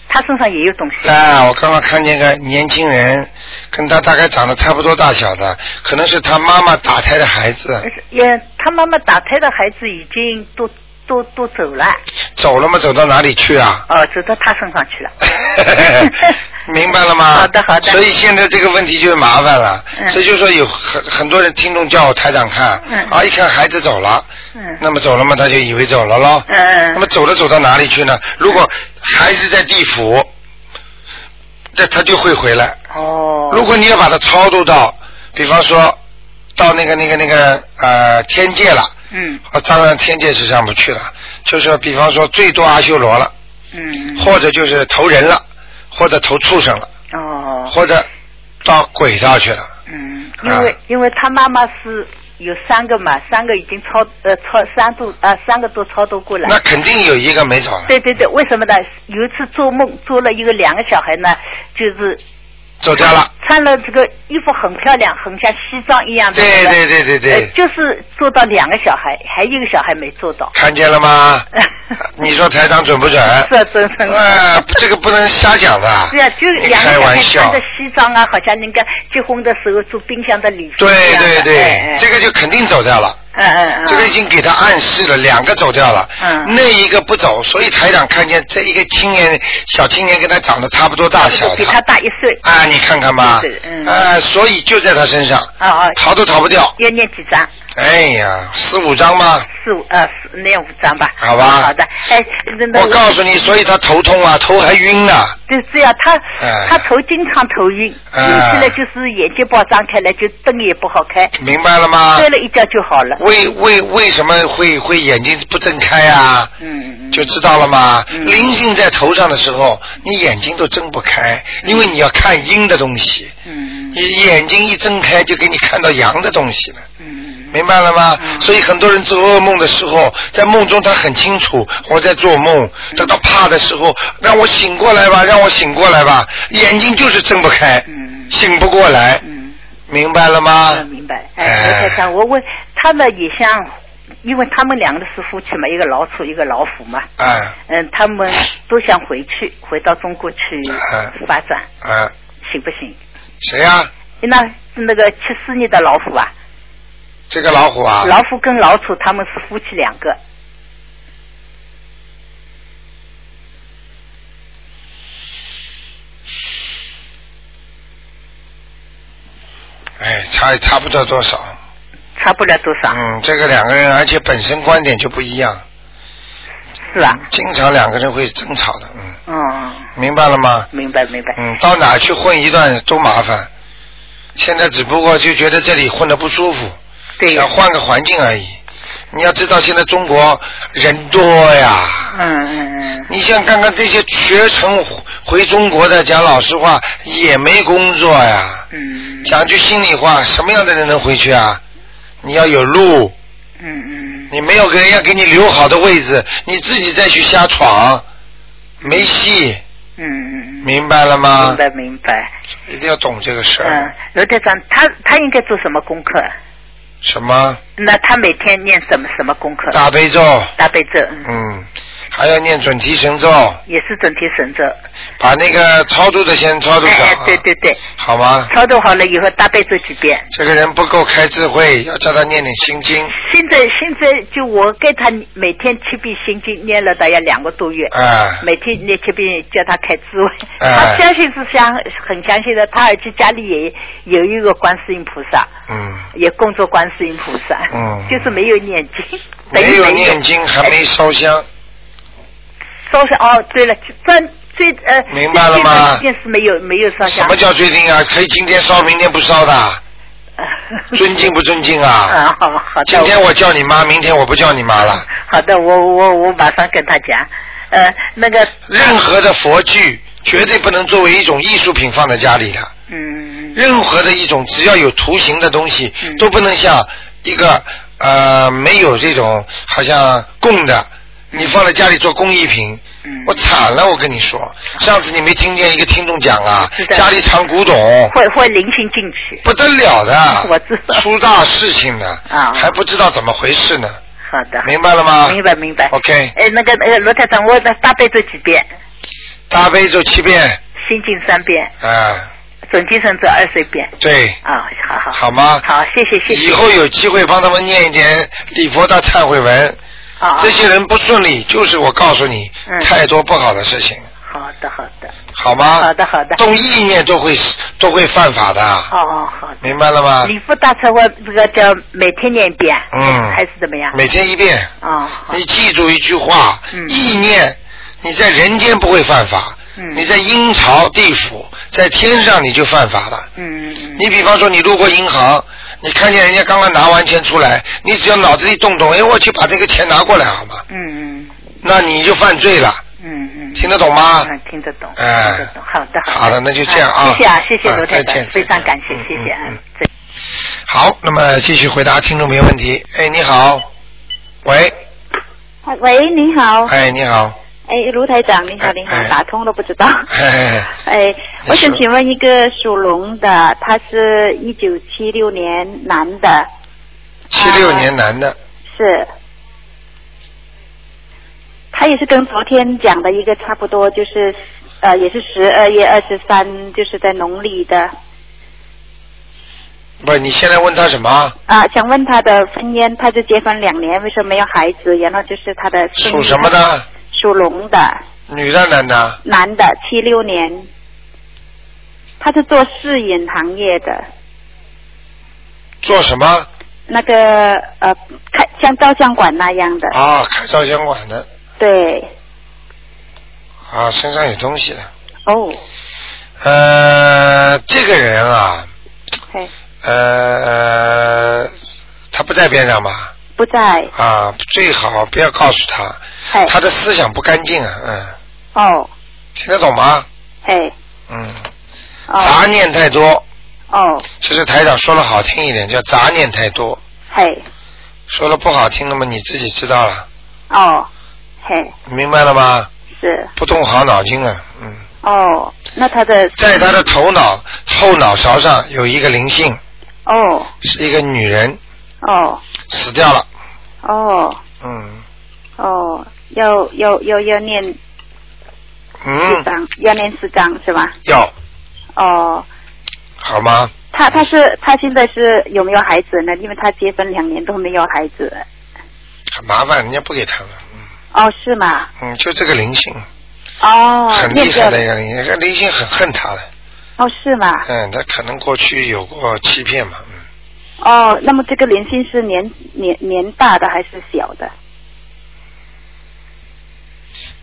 Speaker 4: 他身上也有东西，
Speaker 1: 啊，我刚刚看见个年轻人，跟他大概长得差不多大小的，可能是他妈妈打胎的孩子，
Speaker 4: 也他妈妈打胎的孩子已经都都都走了，
Speaker 1: 走了吗？走到哪里去啊？
Speaker 4: 哦，走到他身上去了。
Speaker 1: 明白了吗？
Speaker 4: 好的好的
Speaker 1: 所以现在这个问题就是麻烦了，
Speaker 4: 嗯
Speaker 1: 所以就说有很很多人听众叫我台长看，
Speaker 4: 嗯
Speaker 1: 啊，一看孩子走了，
Speaker 4: 嗯
Speaker 1: 那么走了嘛，他就以为走了喽。
Speaker 4: 嗯
Speaker 1: 那么走了走到哪里去呢？如果还是在地府，这他就会回来。
Speaker 4: 哦。
Speaker 1: 如果你要把它超度到，比方说到那个那个那个呃天界了，
Speaker 4: 嗯
Speaker 1: 啊，当然天界是上不去了，就是说比方说最多阿修罗了，
Speaker 4: 嗯
Speaker 1: 或者就是投人了，或者投畜生了，
Speaker 4: 哦
Speaker 1: 或者到鬼道去了。
Speaker 4: 嗯，因为、
Speaker 1: 啊
Speaker 4: 因为他妈妈是有三个嘛，三个已经超呃超三度啊、三个都超度过来。
Speaker 1: 那肯定有一个没走了，
Speaker 4: 对对对，为什么呢？有一次做梦做了一个两个小孩呢，就是
Speaker 1: 走掉了。
Speaker 4: 穿了这个衣服很漂亮，很像西装一样的。
Speaker 1: 对
Speaker 4: 不
Speaker 1: 对对对
Speaker 4: 呃
Speaker 1: 对，
Speaker 4: 就是做到两个小孩，还有一个小孩没做到。
Speaker 1: 看见了 吗？你说台长准不准？
Speaker 4: 是啊，真真。
Speaker 1: 哎，这个不能瞎讲的。
Speaker 4: 是啊，就
Speaker 1: 你
Speaker 4: 两个
Speaker 1: 开
Speaker 4: 小
Speaker 1: 玩
Speaker 4: 孩穿
Speaker 1: 笑
Speaker 4: 着。西装啊，好像人家结婚的时候做冰箱的礼服一
Speaker 1: 对
Speaker 4: 样的
Speaker 1: 对
Speaker 4: 哎
Speaker 1: 对
Speaker 4: 哎，
Speaker 1: 这个就肯定走掉了。
Speaker 4: 嗯嗯嗯，
Speaker 1: 这个已经给他暗示了，两个走掉了，
Speaker 4: 嗯
Speaker 1: 那一个不走，所以台长看见这一个青年小青年跟他长得差不多大小，
Speaker 4: 比他大一岁。
Speaker 1: 啊，你看看吧
Speaker 4: 对对，嗯
Speaker 1: 啊，所以就在他身上，
Speaker 4: 啊啊，
Speaker 1: 逃都逃不掉。
Speaker 4: 要念几张？
Speaker 1: 哎呀，四五张吧，
Speaker 4: 四五呃，四念五张吧。
Speaker 1: 好吧
Speaker 4: 好的，哎，那那
Speaker 1: 我告诉你，所以他头痛啊，头还晕呢、
Speaker 4: 就这样，他、
Speaker 1: 哎
Speaker 4: 他头经常头晕，
Speaker 1: 哎
Speaker 4: 有起来就是眼睛不好张开来，就灯也不好开，
Speaker 1: 明白了吗
Speaker 4: 摔？了一跤就好了。
Speaker 1: 为为为什么会会眼睛不睁开啊？
Speaker 4: 嗯嗯
Speaker 1: 就知道了吗？
Speaker 4: 嗯
Speaker 1: 灵性在头上的时候，你眼睛都睁不开，因为你要看阴的东西。
Speaker 4: 嗯嗯
Speaker 1: 你眼睛一睁开就给你看到阳的东西了，
Speaker 4: 嗯嗯
Speaker 1: 明白了吗？
Speaker 4: 嗯
Speaker 1: 所以很多人做噩梦的时候，在梦中他很清楚我在做梦，等到怕的时候，让我醒过来吧，让我醒过来吧，眼睛就是睁不开，
Speaker 4: 嗯
Speaker 1: 醒不过来，
Speaker 4: 嗯
Speaker 1: 明白了吗
Speaker 4: 嗯，？明白。哎，我在想，我问他们也像，因为他们两个是夫妻嘛，一个老鼠，一个老虎嘛。
Speaker 1: 哎
Speaker 4: 嗯，他们都想回去， 回到中国去
Speaker 1: 哎
Speaker 4: 发展，
Speaker 1: 哎，
Speaker 4: 行不行？
Speaker 1: 谁啊呀、
Speaker 4: 那那个七四年的老虎啊，
Speaker 1: 这个老虎啊？
Speaker 4: 老虎跟老鼠他们是夫妻两个，
Speaker 1: 哎，差也差不了多少。
Speaker 4: 差不了多少，
Speaker 1: 嗯，这个两个人，而且本身观点就不一样，
Speaker 4: 是吧？
Speaker 1: 经常两个人会争吵的，嗯，
Speaker 4: 嗯，
Speaker 1: 明白了吗？
Speaker 4: 明白明白。
Speaker 1: 嗯，到哪去混一段都麻烦。现在只不过就觉得这里混的不舒服，
Speaker 4: 对，
Speaker 1: 想换个环境而已。你要知道，现在中国人多呀。
Speaker 4: 嗯嗯嗯，
Speaker 1: 你想看看这些学成回中国的，讲老实话也没工作呀。
Speaker 4: 嗯
Speaker 1: 讲句心里话，什么样的人能回去啊？你要有路，
Speaker 4: 嗯嗯
Speaker 1: 你没有给人家给你留好的位置，你自己再去瞎闯，没戏，
Speaker 4: 嗯嗯嗯，
Speaker 1: 明白了吗
Speaker 4: 明？白明白。
Speaker 1: 一定要懂这个事儿。
Speaker 4: 嗯，罗队长，他他应该做什么功课？啊
Speaker 1: 什么
Speaker 4: 那他每天念什么什么功课？
Speaker 1: 大悲咒，
Speaker 4: 大悲咒，嗯，
Speaker 1: 嗯，还要念准提神咒，
Speaker 4: 也是整天神咒。
Speaker 1: 把那个超度的先超度
Speaker 4: 哎
Speaker 1: 掉、
Speaker 4: 哎，对对，对，
Speaker 1: 好吗？
Speaker 4: 操作好了以后，大悲咒几遍。
Speaker 1: 这个人不够开智慧，要叫他念点心经，
Speaker 4: 现在现在就我给他每天七遍心经念了大概两个多月，
Speaker 1: 啊、
Speaker 4: 每天念七遍叫他开智慧，
Speaker 1: 哎
Speaker 4: 他相信是相很相信的。他儿子家里也有一个观世音菩萨，
Speaker 1: 嗯，
Speaker 4: 也供着观世音菩萨，
Speaker 1: 嗯
Speaker 4: 就是没有念经，等于
Speaker 1: 没有念经还没烧香，
Speaker 4: 烧香哦，对了，专最呃，
Speaker 1: 明白了吗
Speaker 4: 最近的一件事没有没有烧
Speaker 1: 什
Speaker 4: 香
Speaker 1: 么，叫最近啊？可以今天烧，明天不烧的， 尊敬不尊敬啊？
Speaker 4: 啊，好好的，
Speaker 1: 今天我叫你妈，明天我不叫你妈了。
Speaker 4: 好的，我我我马上跟他讲，呃，那个，
Speaker 1: 任何的佛具绝对不能作为一种艺术品放在家里的，
Speaker 4: 嗯，
Speaker 1: 任何的一种只要有图形的东西
Speaker 4: 嗯
Speaker 1: 都不能像一个呃没有这种好像供的，你放在家里做工艺品
Speaker 4: 嗯，
Speaker 1: 我惨了，我跟你说，上次你没听见一个听众讲啊
Speaker 4: 是，的
Speaker 1: 家里藏古董。
Speaker 4: 会会灵性进去，
Speaker 1: 不得了
Speaker 4: 我
Speaker 1: 的
Speaker 4: 知道，
Speaker 1: 出大事情了，
Speaker 4: 啊
Speaker 1: 还不知道怎么回事呢，
Speaker 4: 好的，
Speaker 1: 明白了吗？
Speaker 4: 明白明白
Speaker 1: OK，
Speaker 4: 哎，那个那个罗台长，我那大悲咒几遍，
Speaker 1: 大悲咒七遍，
Speaker 4: 心经三遍，
Speaker 1: 啊，
Speaker 4: 准提神咒二十遍，
Speaker 1: 对，
Speaker 4: 啊，好好，
Speaker 1: 好吗？
Speaker 4: 好，谢谢谢
Speaker 1: 以
Speaker 4: 谢，
Speaker 1: 后有机会帮他们念一点礼佛大忏悔文，
Speaker 4: 啊
Speaker 1: 这些人不顺利，就是我告诉你，
Speaker 4: 嗯
Speaker 1: 太多不好的事情，
Speaker 4: 好的好的，
Speaker 1: 好吗？
Speaker 4: 好的好的
Speaker 1: 动意念都会都会犯法的，
Speaker 4: 哦哦好的。
Speaker 1: 明白了吗？
Speaker 4: 礼佛大忏悔这个叫每天念一遍，
Speaker 1: 嗯
Speaker 4: 还是怎么样？
Speaker 1: 每天一遍，
Speaker 4: 啊，好
Speaker 1: 你记住一句话，
Speaker 4: 嗯
Speaker 1: 意念你在人间不会犯法，
Speaker 4: 嗯
Speaker 1: 你在阴曹地府，在天上你就犯法了。
Speaker 4: 嗯嗯
Speaker 1: 你比方说，你路过银行，你看见人家刚刚拿完钱出来，你只要脑子里动动，哎，我去把这个钱拿过来好吗？
Speaker 4: 嗯
Speaker 1: 那你就犯罪了，
Speaker 4: 嗯嗯嗯，
Speaker 1: 听得懂吗？
Speaker 4: 嗯，听得懂，听
Speaker 1: 啊哎
Speaker 4: 得懂，好的，
Speaker 1: 好的那就这样啊
Speaker 4: 谢谢啊，谢谢
Speaker 1: 嗯
Speaker 4: 罗
Speaker 1: 再
Speaker 4: 太太
Speaker 1: 见，
Speaker 4: 非常感谢
Speaker 1: 嗯，
Speaker 4: 谢谢啊
Speaker 1: 嗯嗯，
Speaker 4: 再
Speaker 1: 好，那么继续回答听众朋友问题。哎，你好，喂，
Speaker 5: 喂，你
Speaker 4: 哦
Speaker 5: 好，
Speaker 1: 哎，你好，
Speaker 5: 哎，卢台长，你好，
Speaker 1: 哎
Speaker 5: 你好
Speaker 1: 哎，
Speaker 5: 打通了不知道。
Speaker 4: 啊
Speaker 1: 哎，
Speaker 5: 哎，我想
Speaker 1: 你说
Speaker 5: 请问一个属龙的，他是一九七六年男的，
Speaker 1: 七六年男的，
Speaker 5: 是，他也是跟昨天讲的一个差不多，就是呃，也是十二月二十三，就是在农历的
Speaker 1: 不，你现在问他什么？
Speaker 5: 啊。想问他的婚姻，他就结婚两年，为什么没有孩子？然后就是他的生
Speaker 1: 属
Speaker 5: 意
Speaker 1: 什么？的？
Speaker 5: 属龙的。
Speaker 1: 女的男的？
Speaker 5: 男的，七六年，他是做饰演行业的，
Speaker 1: 做什么？
Speaker 5: 那个呃，开像照相馆那样的，
Speaker 1: 啊，开照相馆的
Speaker 5: 对，
Speaker 1: 啊，身上有东西了。
Speaker 5: 哦，
Speaker 1: 呃，这个人啊，
Speaker 5: 嘿，
Speaker 1: 呃，他不在边上吧？
Speaker 5: 不在，
Speaker 1: 啊，最好不要告诉他，
Speaker 5: 嘿，
Speaker 1: 他的思想不干净啊，嗯，
Speaker 5: 哦，
Speaker 1: 听得懂吗？
Speaker 5: 嘿，
Speaker 1: 嗯，杂
Speaker 5: 哦，
Speaker 1: 念太多，
Speaker 5: 哦，
Speaker 1: 就是台长说的好听一点，叫杂念太多；
Speaker 5: 嘿，
Speaker 1: 说的不好听，那么你自己知道了，
Speaker 5: 哦，嘿，
Speaker 1: 明白了吗？
Speaker 5: 是，
Speaker 1: 不动好脑筋啊，嗯，
Speaker 5: 哦，那他的，
Speaker 1: 在他的头脑后脑勺上有一个灵性，
Speaker 5: 哦，
Speaker 1: 是一个女人
Speaker 5: 哦，
Speaker 1: 死掉了，
Speaker 5: 哦，
Speaker 1: 嗯
Speaker 5: 哦，要要要要念四
Speaker 1: 嗯，
Speaker 5: 章，要念四章是吧？
Speaker 1: 要
Speaker 5: 哦。
Speaker 1: 好吗？
Speaker 5: 他他是他现在是有没有孩子呢？因为他结婚两年都没有孩子。
Speaker 1: 很麻烦，人家不给他了，嗯
Speaker 5: 哦，是吗？
Speaker 1: 嗯，就这个灵性。
Speaker 5: 哦，
Speaker 1: 很
Speaker 5: 念
Speaker 1: 厉害的
Speaker 5: 着
Speaker 1: 一个灵性，灵性很恨他的，
Speaker 5: 哦，是吗？
Speaker 1: 嗯，他可能过去有过欺骗嘛，嗯，
Speaker 5: 哦，那么这个灵性是年年年大的还是小的？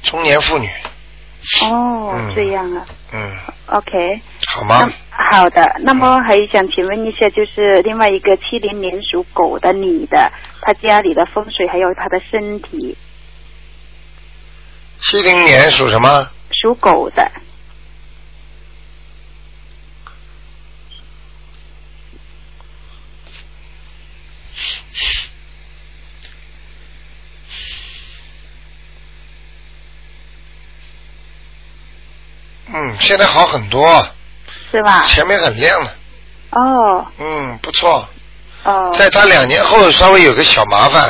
Speaker 1: 中年妇女，
Speaker 5: 哦，
Speaker 1: 嗯
Speaker 5: 这样啊。
Speaker 1: 嗯，
Speaker 5: OK，
Speaker 1: 好
Speaker 5: 那
Speaker 1: 吗？
Speaker 5: 好的。那么还想请问一下，就是另外一个七零年属狗的女的，她家里的风水还有她的身体，
Speaker 1: 七零年属什么？
Speaker 5: 属狗的。
Speaker 1: 嗯，现在好很多，
Speaker 5: 是吧？
Speaker 1: 前面很亮了，
Speaker 5: 哦
Speaker 1: 嗯，不错。
Speaker 5: 哦
Speaker 1: 在他两年后稍微有个小麻烦，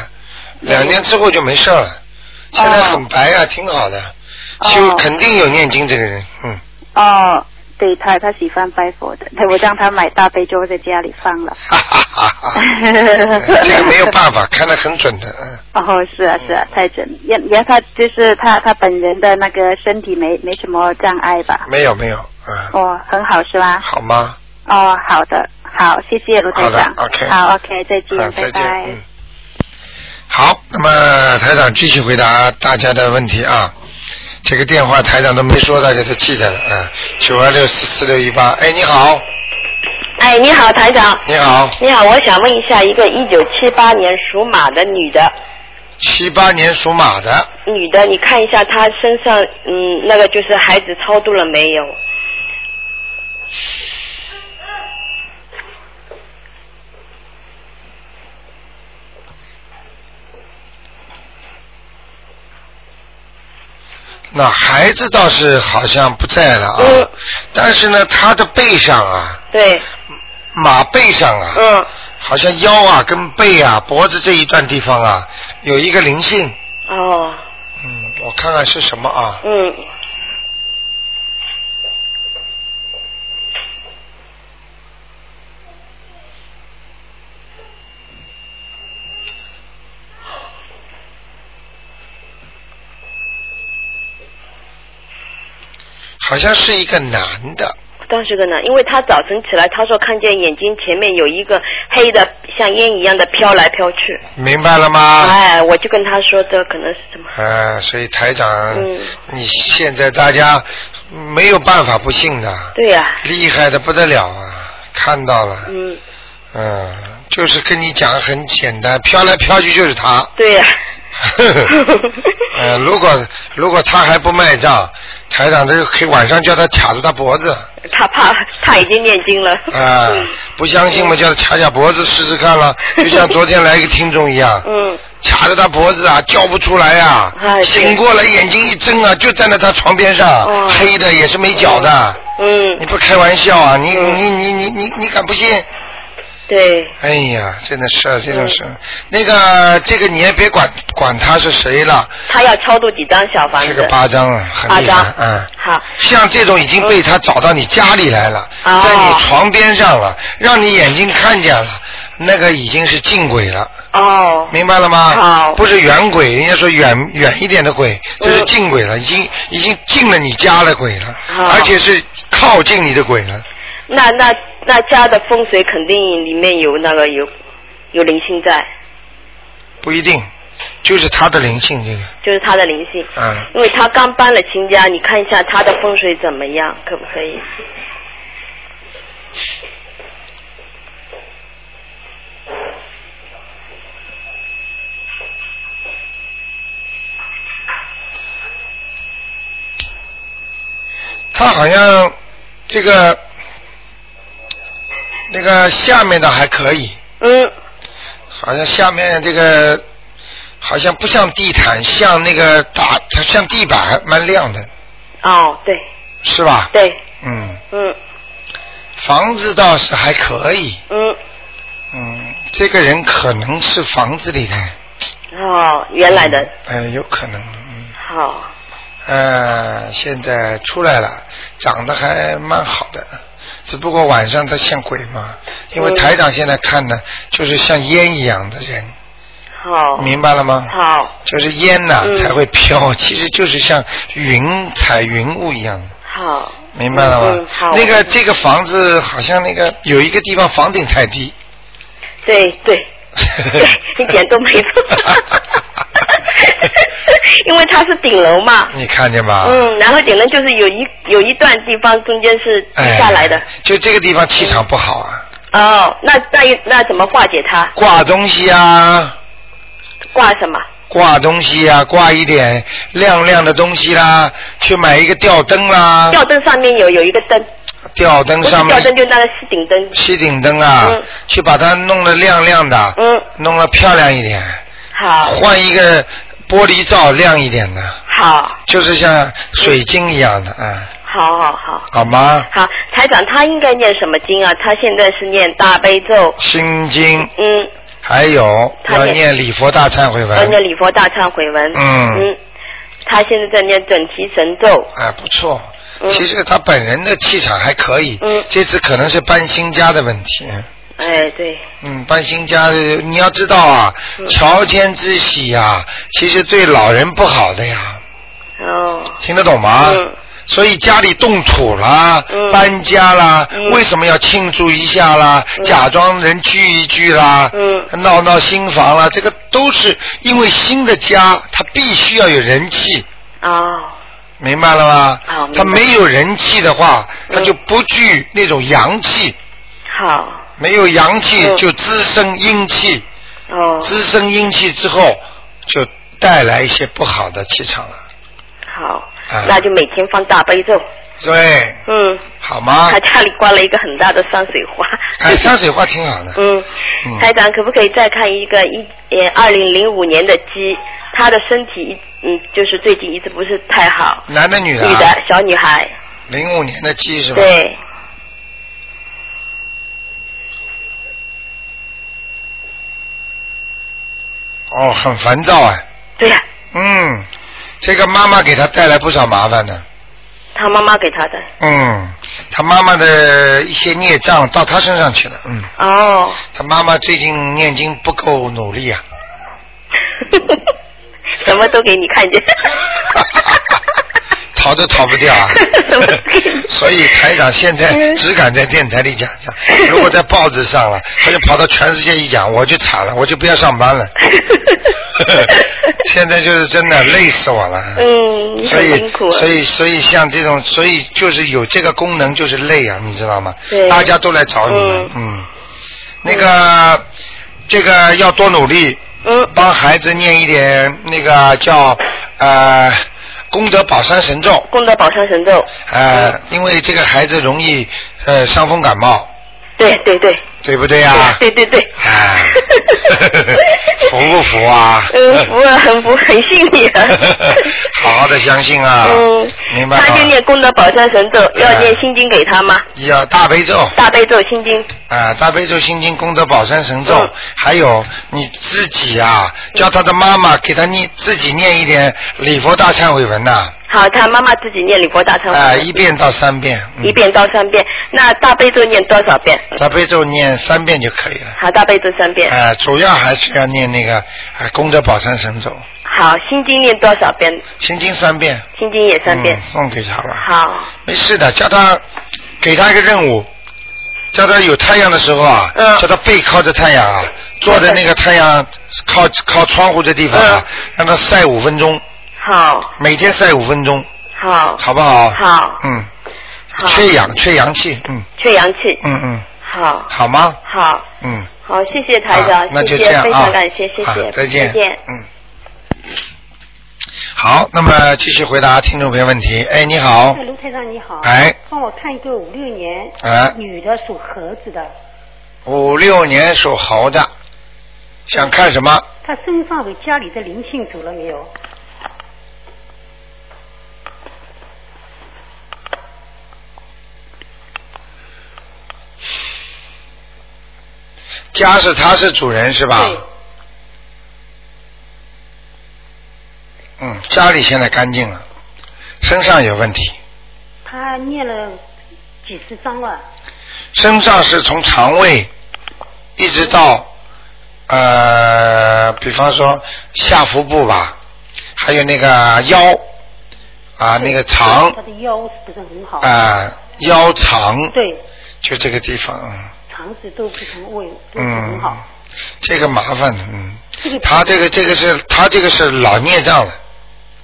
Speaker 1: 两年之后就没事儿了。现在很白啊，挺好的，就
Speaker 5: 哦
Speaker 1: 肯定有念经这个人， 嗯，
Speaker 5: 哦，对他，他喜欢拜佛的，对我让他买大悲咒在家里放了。
Speaker 1: 哈哈哈哈。嗯这个啊没有办法，看得很准的，嗯。
Speaker 5: 哦，是啊，是啊，太准。也也他就是他他本人的那个身体没没什么障碍吧？
Speaker 1: 没有没有，嗯，
Speaker 5: 哦，很好是吧？
Speaker 1: 好吗？
Speaker 5: 哦，好的，好，谢谢卢
Speaker 1: 好
Speaker 5: 队
Speaker 1: 的
Speaker 5: 长。
Speaker 1: ，OK
Speaker 5: 好，OK，再见，
Speaker 1: 啊，
Speaker 5: 拜
Speaker 1: 再
Speaker 5: 拜。
Speaker 1: 见，嗯。好，那么台长继续回答大家的问题啊。这个电话台长都没说，大家都记得了，嗯，九二六四四六一八。哎，你好，
Speaker 6: 哎，你好，台长。
Speaker 1: 你好，
Speaker 6: 你好，我想问一下，一个一九七八年属马的女的，
Speaker 1: 七八年属马的，
Speaker 6: 女的，你看一下她身上，嗯，那个就是孩子超度了没有？
Speaker 1: 那孩子倒是好像不在了啊，
Speaker 6: 嗯
Speaker 1: 但是呢，他的背上啊，
Speaker 6: 对，
Speaker 1: 马背上啊，
Speaker 2: 呃
Speaker 6: 嗯，
Speaker 1: 好像腰啊、跟背啊、脖子这一段地方啊，有一个灵性，
Speaker 6: 哦，
Speaker 1: 嗯，我看看是什么啊？
Speaker 6: 嗯，。
Speaker 1: 好像是一个男的，
Speaker 2: 当时的呢，因为他早晨起来，他说看见眼睛前面有一个黑的像烟一样的飘来飘去。
Speaker 1: 明白了吗？
Speaker 2: 哎，我就跟他说这可能是什么？
Speaker 1: 呃，所以台长，
Speaker 2: 嗯
Speaker 1: 你现在大家没有办法不信的，
Speaker 2: 对呀、
Speaker 1: 厉害的不得了啊！看到了，
Speaker 2: 嗯，
Speaker 1: 嗯，就是跟你讲很简单，飘来飘去就是他。
Speaker 2: 对呀、
Speaker 1: 呃，如果如果他还不卖账，台长这个可以晚上叫他卡住他脖子啊、
Speaker 2: 他怕他已经念经了。
Speaker 1: 不相信嘛，叫他卡卡脖子试试看了，就像昨天来一个听众一样，
Speaker 2: 嗯，
Speaker 1: 卡着他脖子啊，叫不出来啊，
Speaker 2: 哎对
Speaker 1: 醒过来眼睛一睁啊，就站在他床边上，
Speaker 2: 哦
Speaker 1: 黑的也是没脚的，你
Speaker 2: 嗯，
Speaker 1: 不开玩笑啊，你
Speaker 2: 嗯
Speaker 1: 你你你你你敢不信？
Speaker 2: 对，
Speaker 1: 哎呀，真的是啊这种
Speaker 2: 嗯
Speaker 1: 事，那个这个你也别管管他是谁了，
Speaker 2: 他要超度几张小房子？
Speaker 1: 这个八张啊，很
Speaker 2: 八
Speaker 1: 厉害
Speaker 2: 张
Speaker 1: 啊。。嗯
Speaker 2: 好，
Speaker 1: 像这种已经被他找到你家里来了，
Speaker 2: 哦
Speaker 1: 在你床边上了，让你眼睛看见了，那个已经是近鬼了，
Speaker 2: 哦，
Speaker 1: 明白了吗？
Speaker 2: 好嗯
Speaker 1: 不是远鬼，人家说远远一点的鬼，这是近鬼了，已经已经进了你家的鬼了，
Speaker 2: 哦
Speaker 1: 而且是靠近你的鬼了。
Speaker 2: 那那那家的风水肯定里面有那个有有灵性在，
Speaker 1: 不一定，就是他的灵性这个，
Speaker 2: 就是他的灵性。
Speaker 1: 啊，
Speaker 2: 因为他刚搬了新家，你看一下他的风水怎么样，可不可以？
Speaker 1: 他好像这个那个下面的还可以，
Speaker 2: 嗯，
Speaker 1: 好像下面这个好像不像地毯，像那个打，它像地板，蛮亮的，
Speaker 2: 哦，对
Speaker 1: 是吧？
Speaker 2: 对，
Speaker 1: 嗯，
Speaker 2: 嗯
Speaker 1: 房子倒是还可以，
Speaker 2: 嗯，
Speaker 1: 嗯，这个人可能是房子里的，
Speaker 2: 哦，原来的，
Speaker 1: 嗯、呃，有可能，嗯，
Speaker 2: 好，
Speaker 1: 呃，现在出来了，长得还蛮好的。只不过晚上他像鬼嘛，因为
Speaker 2: 嗯
Speaker 1: 台长现在看呢，就是像烟一样的人，
Speaker 2: 好，
Speaker 1: 明白了吗？
Speaker 2: 好，
Speaker 1: 就是烟呐、
Speaker 2: 嗯
Speaker 1: 才会飘，其实就是像云彩云雾一样的，
Speaker 2: 好，
Speaker 1: 明白了吗？
Speaker 2: 嗯嗯好
Speaker 1: 那个这个房子好像那个有一个地方房顶太低，
Speaker 2: 对 对，对， 一点都没错，因为它是顶楼嘛，
Speaker 1: 你看见吧？
Speaker 2: 嗯，然后顶楼就是有一有一段地方中间是低
Speaker 1: 哎，
Speaker 2: 下来的，
Speaker 1: 就这个地方气场不好啊，
Speaker 2: 哦，那那那怎么化解它？
Speaker 1: 挂东西啊，
Speaker 2: 挂什么？
Speaker 1: 挂东西啊，挂一点亮亮的东西啦，去买一个吊灯啦，
Speaker 2: 吊灯上面有有一个灯，
Speaker 1: 吊灯
Speaker 2: 不是
Speaker 1: 上
Speaker 2: 吊灯
Speaker 1: 面
Speaker 2: 就那个吸顶灯，
Speaker 1: 吸顶灯啊，
Speaker 2: 嗯
Speaker 1: 去把它弄得亮亮的，
Speaker 2: 嗯，
Speaker 1: 弄得漂亮一点。
Speaker 2: 好，
Speaker 1: 换一个玻璃罩亮一点的，
Speaker 2: 好，
Speaker 1: 就是像水晶一样的，啊，
Speaker 2: 好好好，
Speaker 1: 好吗？
Speaker 2: 好，台长他应该念什么经啊？他现在是念大悲咒，
Speaker 1: 心经，
Speaker 2: 嗯，
Speaker 1: 还有
Speaker 2: 他
Speaker 1: 要
Speaker 2: 也
Speaker 1: 念礼佛大忏悔
Speaker 2: 要念
Speaker 1: 文，
Speaker 2: 礼佛大忏悔文，
Speaker 1: 嗯
Speaker 2: 嗯，他现在在念准提神咒，
Speaker 1: 啊，不错。
Speaker 2: 嗯
Speaker 1: 其实他本人的气场还可以，
Speaker 2: 嗯
Speaker 1: 这次可能是搬新家的问题。
Speaker 2: 哎，对，
Speaker 1: 嗯，搬新家，呃你要知道啊，
Speaker 2: 嗯
Speaker 1: 乔迁之喜呀、啊，其实对老人不好的呀，
Speaker 2: 哦，
Speaker 1: 听得懂吗？
Speaker 2: 嗯
Speaker 1: 所以家里动土啦，
Speaker 2: 嗯
Speaker 1: 搬家啦，
Speaker 2: 嗯
Speaker 1: 为什么要庆祝一下啦？
Speaker 2: 嗯
Speaker 1: 假装人聚一聚啦，
Speaker 2: 嗯
Speaker 1: 闹闹新房啦，这个都是因为新的家它必须要有人气，
Speaker 2: 哦，
Speaker 1: 明白了吗？
Speaker 2: 哦明白
Speaker 1: 它没有人气的话，
Speaker 2: 嗯
Speaker 1: 它就不具那种阳气，
Speaker 2: 好，
Speaker 1: 没有阳气
Speaker 2: 嗯
Speaker 1: 就滋生阴气，
Speaker 2: 哦，
Speaker 1: 滋生阴气之后就带来一些不好的气场了。
Speaker 2: 好
Speaker 1: 啊，
Speaker 2: 那就每天放大悲咒，
Speaker 1: 对，
Speaker 2: 嗯，
Speaker 1: 好吗
Speaker 2: 他？家里挂了一个很大的山水画，
Speaker 1: 哎，山水画挺好的。
Speaker 2: 嗯
Speaker 1: 嗯，
Speaker 2: 台长可不可以再看一个一呃二零零五年的鸡，她的身体一嗯就是最近一直不是太好，
Speaker 1: 男的女
Speaker 2: 女
Speaker 1: 的、啊？
Speaker 2: 的小女孩，
Speaker 1: 零五年的鸡是吧？。
Speaker 2: 对，
Speaker 1: 哦，很烦躁哎。
Speaker 2: 对呀、
Speaker 1: 嗯，这个妈妈给他带来不少麻烦呢。
Speaker 2: 她妈妈给她的。
Speaker 1: 嗯，他妈妈的一些孽障到他身上去了。嗯，
Speaker 2: 哦，
Speaker 1: 他妈妈最近念经不够努力啊。
Speaker 2: 什么都给你看见。
Speaker 1: 逃都逃不掉啊 所以台长现
Speaker 6: 嗯
Speaker 1: 在只敢在电台里讲讲，如果在报纸上了，他就跑到全世界一讲，我就惨了，我就不要上班了。 现在就是真的累死我了。
Speaker 6: 嗯，你
Speaker 1: 所
Speaker 6: 很
Speaker 1: 以
Speaker 6: 辛
Speaker 2: 啊
Speaker 6: 苦，，
Speaker 1: 所以，所以像这种，所以就是有这个功能就是累啊，你知道吗？
Speaker 6: 对
Speaker 1: 大家都来找你们，嗯，那个，这个要多努力，
Speaker 6: 嗯，
Speaker 1: 帮孩子念一点那个叫呃功德宝山神咒，
Speaker 6: 功德宝山神咒，
Speaker 1: 呃，因为这个孩子容易呃伤风感冒，
Speaker 6: 对对对，
Speaker 1: 对不对啊？
Speaker 6: 对对对，
Speaker 1: 啊，服不服啊？。
Speaker 6: 嗯，服啊，很服，很信你啊
Speaker 1: 好好的相信啊，
Speaker 6: 嗯，
Speaker 1: 明白吗？啊
Speaker 6: 他就念功德宝山神咒，要念心经给他吗？
Speaker 1: 要大悲咒啊、
Speaker 6: 大悲咒心经，
Speaker 1: 大悲咒心经功德宝山神咒，
Speaker 6: 嗯
Speaker 1: 还有你自己啊，叫他的妈妈给他念自己念一点礼佛大忏悔文呐、
Speaker 6: 好，他妈妈自己念礼佛大忏
Speaker 1: 啊，
Speaker 6: 悔文
Speaker 1: 一遍到三遍，嗯
Speaker 6: 一，遍到三遍，那大悲咒念多少遍？
Speaker 1: 大悲咒念三遍就可以了。
Speaker 6: 好，大悲咒三遍。
Speaker 1: 啊，主要还是要念那个啊功德宝山神咒，
Speaker 6: 好，心经念多少遍？
Speaker 1: 心经三遍，
Speaker 6: 心经也三遍
Speaker 1: 嗯。，送给他吧。
Speaker 6: 好，
Speaker 1: 没事的，叫他给他一个任务，叫他有太阳的时候啊，
Speaker 6: 嗯
Speaker 1: 叫他背靠着太阳啊，坐在那个太阳靠靠窗户的地方啊，
Speaker 6: 嗯
Speaker 1: 让他晒五分钟，
Speaker 6: 好，
Speaker 1: 每天晒五分钟，
Speaker 6: 好，
Speaker 1: 好不好？
Speaker 6: 好
Speaker 1: 嗯，
Speaker 6: 好，
Speaker 1: 缺氧，缺阳气，嗯
Speaker 6: 缺阳气。
Speaker 1: 嗯嗯，
Speaker 6: 好，
Speaker 1: 好吗？
Speaker 6: 好，
Speaker 1: 嗯，
Speaker 6: 好，谢谢台
Speaker 1: 啊
Speaker 6: 长，
Speaker 1: 那就
Speaker 6: 谢
Speaker 1: 这
Speaker 6: 谢，
Speaker 1: 样
Speaker 6: 非
Speaker 1: 啊，
Speaker 6: 常感谢，谢
Speaker 1: 好
Speaker 6: 谢，
Speaker 1: 再见，
Speaker 6: 再见。
Speaker 1: 嗯。好，那么继续回答听众朋友问题。哎，你好
Speaker 7: 哎，，卢台长你好，
Speaker 1: 哎，
Speaker 7: 帮我看一个五六年
Speaker 1: 哎
Speaker 7: 女的属猴子的，
Speaker 1: 五六年属猴的，想看什么？
Speaker 7: 她身上和家里的灵性走了没有？
Speaker 1: 家是他是主人是吧？嗯，家里现在干净了，身上有问题，
Speaker 7: 她念了几十张了，
Speaker 1: 身上是从肠胃一直到呃，比方说下腹部吧，还有那个腰啊，那个肠
Speaker 7: 她的腰是不是很好？
Speaker 1: 啊、腰肠，
Speaker 7: 对，
Speaker 1: 就这个地方，嗯
Speaker 7: 肠子都不成胃都不很
Speaker 1: 嗯
Speaker 7: 好。，
Speaker 1: 这个麻烦，嗯，
Speaker 7: 这个
Speaker 1: 他这个这个是他这个是老孽障了，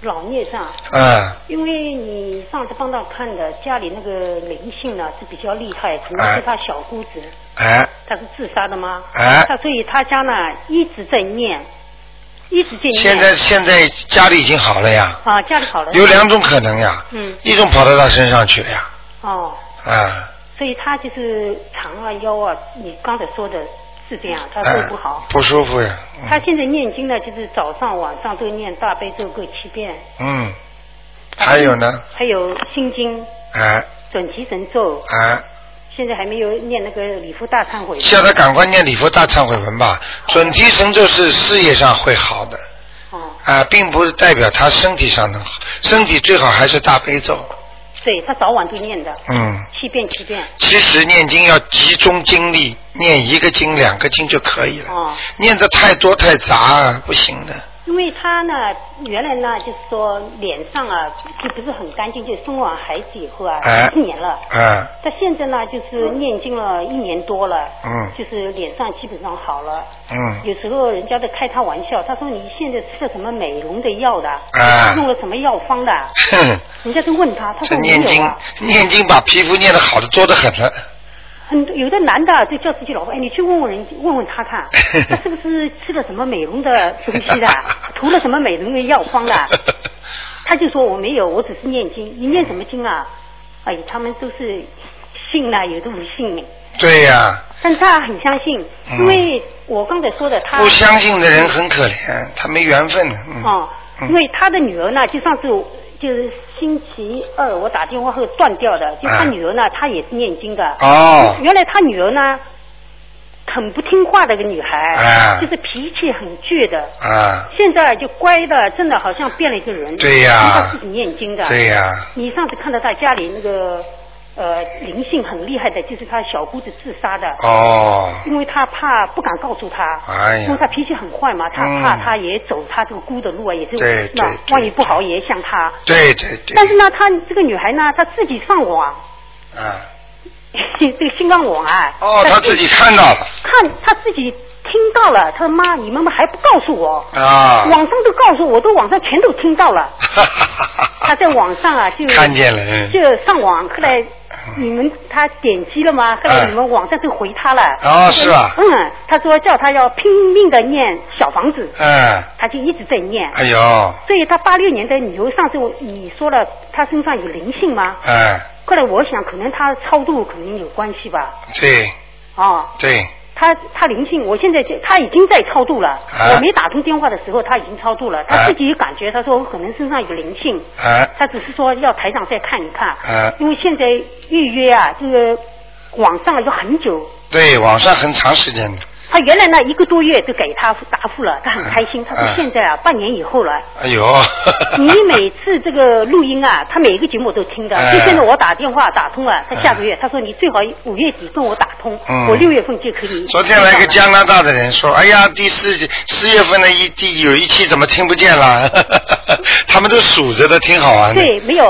Speaker 7: 老孽障，
Speaker 1: 嗯。
Speaker 7: 因为你上次帮她看的家里那个灵性呢是比较厉害，可能
Speaker 1: 哎
Speaker 7: 是她小姑子，
Speaker 1: 哎
Speaker 7: 她是自杀的吗？
Speaker 1: 哎
Speaker 7: 她所以她家呢一直在念，一直在念。
Speaker 1: 现在现在家里已经好了呀，
Speaker 7: 啊，家里好了。
Speaker 1: 有两种可能呀，
Speaker 7: 嗯
Speaker 1: 一种跑到他身上去了呀，
Speaker 7: 哦，
Speaker 1: 啊、
Speaker 7: 所以他就是肠啊、腰啊，你刚才说的是这样，他
Speaker 1: 嗯，
Speaker 7: 胃不好。
Speaker 1: 不舒服呀，嗯
Speaker 7: 他现在念经呢，就是早上、晚上都念大悲咒各七遍，啊
Speaker 1: 嗯，还有呢，
Speaker 7: 还有心经、
Speaker 1: 哎
Speaker 7: 准提神咒，
Speaker 1: 哎，
Speaker 7: 现在还没有念那个礼佛大忏悔。
Speaker 1: 叫他赶快念礼佛大忏悔文吧，准提神咒是事业上会好的，
Speaker 7: 哦，
Speaker 1: 啊、并不是代表他身体上能好，身体最好还是大悲咒，
Speaker 7: 对他早晚都念的，
Speaker 1: 嗯，
Speaker 7: 七遍七遍。
Speaker 1: 其实念经要集中精力，念一个经两个经就可以了，
Speaker 7: 哦，
Speaker 1: 念的太多太杂啊不行的，
Speaker 7: 因为他呢，原来呢，就是说脸上啊，就不是很干净，就生完孩子以后啊，
Speaker 1: 哎
Speaker 7: 一年了。
Speaker 1: 啊、
Speaker 7: 他现在呢，就是念经了一年多了，
Speaker 1: 嗯
Speaker 7: 就是脸上基本上好了。
Speaker 1: 嗯。
Speaker 7: 有时候人家在开他玩笑，他说你现在吃了什么美容的药的，
Speaker 1: 啊
Speaker 7: 用了什么药方的，
Speaker 1: 哼，
Speaker 7: 人家都问他，他
Speaker 1: 这
Speaker 7: 说没
Speaker 1: 念
Speaker 7: 有
Speaker 1: 经
Speaker 7: 啊。
Speaker 1: 念经把皮肤念得好的多得很了，
Speaker 7: 很多有的男的就叫自己老婆，哎，你去问问人，问问 他看，他是不是吃了什么美容的东西的，涂了什么美容的药方的？他就说我没有，我只是念经。你念什么经啊？哎，他们都是信了，有的不信。
Speaker 1: 对呀、
Speaker 7: 但是他很相信，
Speaker 1: 嗯
Speaker 7: 因为我刚才说的他
Speaker 1: 不相信的人很可怜，他没缘分的。嗯、
Speaker 7: 哦，
Speaker 1: 嗯
Speaker 7: 因为他的女儿呢，就上次就是星期二我打电话后断掉的，就他
Speaker 1: 嗯
Speaker 7: 女儿呢，她也是念经的。
Speaker 1: 哦
Speaker 7: 原来他女儿呢，很不听话的一个女孩，
Speaker 1: 嗯
Speaker 7: 就是脾气很倔的。
Speaker 1: 啊，
Speaker 7: 现在就乖的，真的好像变了一个人。
Speaker 1: 对呀
Speaker 7: 啊她自己念经的。
Speaker 1: 对呀、
Speaker 7: 你上次看到他家里那个呃灵性很厉害的，就是他小姑子自杀的。
Speaker 1: 哦，
Speaker 7: 因为他怕不敢告诉他，
Speaker 1: 哎呀
Speaker 7: 因为他脾气很坏嘛，他
Speaker 1: 嗯
Speaker 7: 怕他也走他这个孤的路啊，也是
Speaker 1: 对
Speaker 7: 那
Speaker 1: 对对
Speaker 7: 万一不好也像他。
Speaker 1: 对对对，
Speaker 7: 但是呢，她这个女孩呢，她自己上网，
Speaker 1: 啊，
Speaker 7: 这个新浪网啊，
Speaker 1: 哦，他自己看到了
Speaker 7: 看，她自己听到了，她说妈，你们还不告诉我？
Speaker 1: 啊
Speaker 7: 网，上都告诉我，我都网上全都听到了。她在网上啊，就
Speaker 1: 看见了，嗯
Speaker 7: 就上网，后来你们他点击了吗？后来
Speaker 1: 嗯
Speaker 7: 你们网站就回他了。
Speaker 1: 哦是吧
Speaker 7: 嗯，他说叫他要拼命的念小房子，
Speaker 1: 嗯，
Speaker 7: 他就一直在念。
Speaker 1: 哎呦，
Speaker 7: 所以他八六年的女儿，上次我你说了，他身上有灵性吗？
Speaker 1: 哎，
Speaker 7: 后来我想，可能他超度可能有关系吧。
Speaker 1: 对
Speaker 7: 哦，
Speaker 1: 对，
Speaker 7: 他他灵性，我现在就他已经在超度了。我没打通电话的时候，他已经超度了。他自己有感觉，他说我可能身上有灵性。
Speaker 1: 哎
Speaker 7: 他只是说要台长再看一看，
Speaker 1: 哎
Speaker 7: 因为现在预约啊，这个网上有很久。
Speaker 1: 对，网上很长时间的，
Speaker 7: 他原来呢一个多月就给他答复了，他很开心。他说
Speaker 1: 哎
Speaker 7: 现在啊半年以后了，
Speaker 1: 哎呦，
Speaker 7: 你每次这个录音啊，他每一个节目都听的。
Speaker 1: 哎
Speaker 7: 就现在我打电话打通了，他下个月他说你最好五月底跟我打通，
Speaker 1: 嗯
Speaker 7: 我六月份就可以。
Speaker 1: 昨天来个加拿大的人说，哎呀，第四集四月份的一第有一期怎么听不见了？ 他们都数着的，挺好玩的。
Speaker 7: 对，没有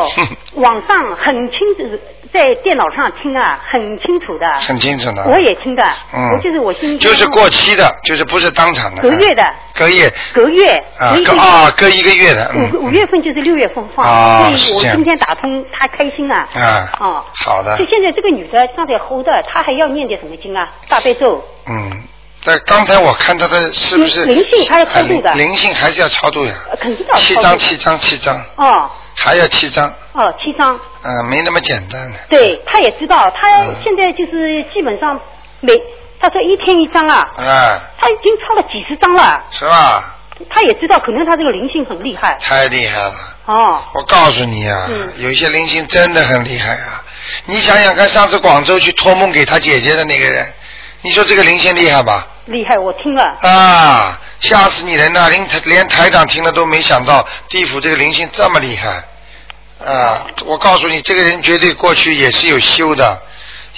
Speaker 7: 网上很清楚，在电脑上听啊，很清楚的。
Speaker 1: 很清楚的。
Speaker 7: 我也听的，
Speaker 1: 嗯
Speaker 7: 我就是我心里
Speaker 1: 就是过期的，就是不是当场的。
Speaker 7: 隔月的，
Speaker 1: 隔夜
Speaker 7: 隔月，
Speaker 1: 啊
Speaker 7: 隔一，
Speaker 1: 隔
Speaker 7: 个月
Speaker 1: 啊隔一个月的，
Speaker 7: 五五
Speaker 1: 嗯，
Speaker 7: 月份就是六月份放，
Speaker 1: 啊
Speaker 7: 所
Speaker 1: 是
Speaker 7: 以我
Speaker 1: 这样
Speaker 7: 今天打通，他开心啊。
Speaker 1: 啊
Speaker 7: 哦，
Speaker 1: 好的
Speaker 7: 就现在这个女的刚才吼的，她还要念点什么经啊？大悲咒。
Speaker 1: 嗯。但刚才我看他的是不是
Speaker 7: 灵灵性还要超度的
Speaker 1: 啊灵灵性还是要超度呀
Speaker 7: 呃？肯定要超度
Speaker 1: 七
Speaker 7: 的
Speaker 1: 张，七张，七张，
Speaker 7: 哦
Speaker 1: 还要七张，
Speaker 7: 哦，七张。
Speaker 1: 嗯，没那么简单的。
Speaker 7: 对，她也知道，她
Speaker 1: 嗯
Speaker 7: 现在就是基本上每，她说一天一张啊，
Speaker 1: 啊，
Speaker 7: 她已经超了几十张了。
Speaker 1: 是吧？
Speaker 7: 她也知道，可能她这个灵性很厉害。
Speaker 1: 太厉害了。
Speaker 7: 哦，
Speaker 1: 我告诉你啊，
Speaker 7: 嗯
Speaker 1: 有一些灵性真的很厉害啊！你想想看，上次广州去托梦给他姐姐的那个人，你说这个灵性厉害吧？
Speaker 7: 厉害，我听了。
Speaker 1: 啊，吓死你人了！连台连台长听了都没想到，地府这个灵性这么厉害啊！我告诉你，这个人绝对过去也是有修的，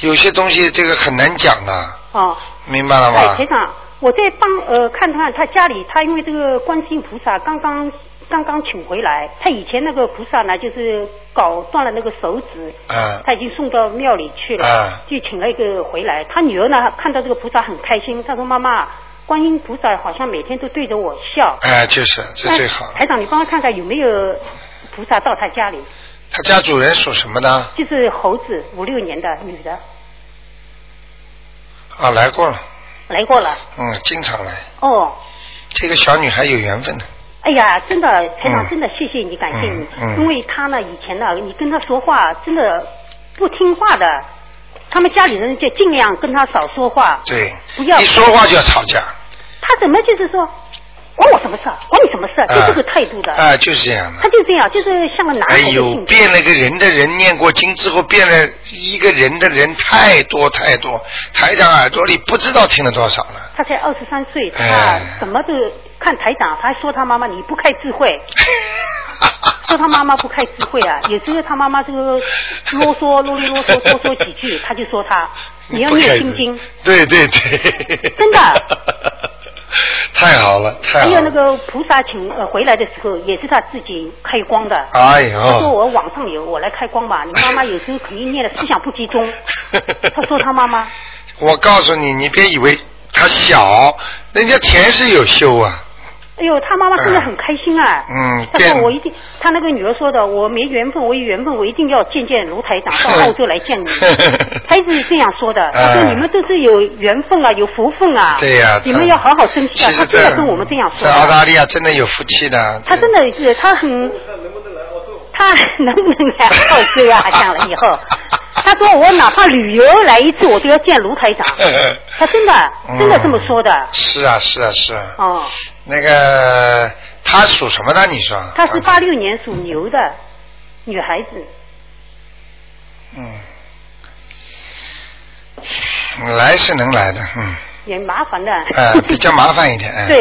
Speaker 1: 有些东西这个很难讲的，
Speaker 7: 哦，
Speaker 1: 明白了
Speaker 7: 哎，
Speaker 1: 吗
Speaker 7: 台？长，我在帮呃看看他家里，他因为这个观世音菩萨刚刚刚刚请回来，他以前那个菩萨呢，就是搞断了那个手指，
Speaker 1: 啊
Speaker 7: 他已经送到庙里去了，
Speaker 1: 啊
Speaker 7: 就请了一个回来。他女儿呢看到这个菩萨很开心，她说妈妈，观音菩萨好像每天都对着我笑。
Speaker 1: 哎，就是这最好
Speaker 7: 哎。台长，你帮我看看有没有菩萨到他家里，
Speaker 1: 他家主人属什么的？
Speaker 7: 就是猴子五六年的女的
Speaker 1: 啊，来过了，
Speaker 7: 来过了。
Speaker 1: 嗯，经常来。
Speaker 7: 哦，
Speaker 1: 这个小女孩有缘分的。
Speaker 7: 哎呀，真的，台长，
Speaker 1: 嗯
Speaker 7: 真的谢谢你，感谢你，
Speaker 1: 嗯嗯
Speaker 7: 因为他呢，以前呢，你跟他说话真的不听话的，他们家里人就尽量跟他少说话。
Speaker 1: 对，
Speaker 7: 不要
Speaker 1: 一说话就要吵架，
Speaker 7: 他怎么就是说，管我什么事儿，管你什么事儿，就哎这个态度的。
Speaker 1: 啊、就是这样的
Speaker 7: 他。就这样，就是像个男
Speaker 1: 哎
Speaker 7: 孩的
Speaker 1: 呦
Speaker 7: 性，格。
Speaker 1: 变了个人的人，念过经之后变了一个人的人太多太多，台长耳朵里不知道听了多少了。
Speaker 7: 他才二十三岁，他
Speaker 1: 哎
Speaker 7: 什么都看台长，他还说他妈妈你不开 智慧，说他妈妈不开智慧啊，有时候他妈妈就啰嗦啰里啰嗦多说几句，他就说他 你要
Speaker 1: 不开
Speaker 7: 念
Speaker 1: 始
Speaker 7: 心经。。
Speaker 1: 对对对。
Speaker 7: 真的。
Speaker 1: 太好了，太
Speaker 7: 还
Speaker 1: 好了。
Speaker 7: 有那个菩萨请呃回来的时候，也是他自己开光的。
Speaker 1: 哎
Speaker 7: 他说
Speaker 1: 呦，
Speaker 7: 我网上有，我来开光吧。你妈妈有时候肯定念的思想不集 中。他说他妈妈，
Speaker 1: 我告诉你，你别以为他小，人家田是有修啊。
Speaker 7: 哎呦，他妈妈真的很开心啊。
Speaker 1: 嗯
Speaker 7: 他
Speaker 1: 变。
Speaker 7: 说我一定，他那个女儿说的，我没缘分，我有缘分，我一定要见见卢台长，到澳洲来见你他一直这样说的，他
Speaker 1: 哎
Speaker 7: 说你们都是有缘分啊，有福分啊。
Speaker 1: 对呀、
Speaker 7: 你们要好好珍惜
Speaker 1: 其。
Speaker 7: 啊
Speaker 1: 实
Speaker 7: 他真
Speaker 1: 在
Speaker 7: 的跟我们这样说
Speaker 1: 在澳
Speaker 7: 的。
Speaker 1: 大利亚真的有福气的。
Speaker 7: 他真的是，他很，他能不能来澳 洲啊？讲了以后，他说我哪怕旅游来一次，我都要见卢 台长。他真的真的这么说的。
Speaker 1: 嗯是啊，是啊，是啊。
Speaker 7: 哦，
Speaker 1: 那个他属什么呢？你说？
Speaker 7: 她是八。六年属牛的女孩子，
Speaker 1: 嗯。来是能来的，嗯，哎
Speaker 7: 也麻烦的。
Speaker 1: 呃，比较麻烦一点，嗯，
Speaker 7: 对，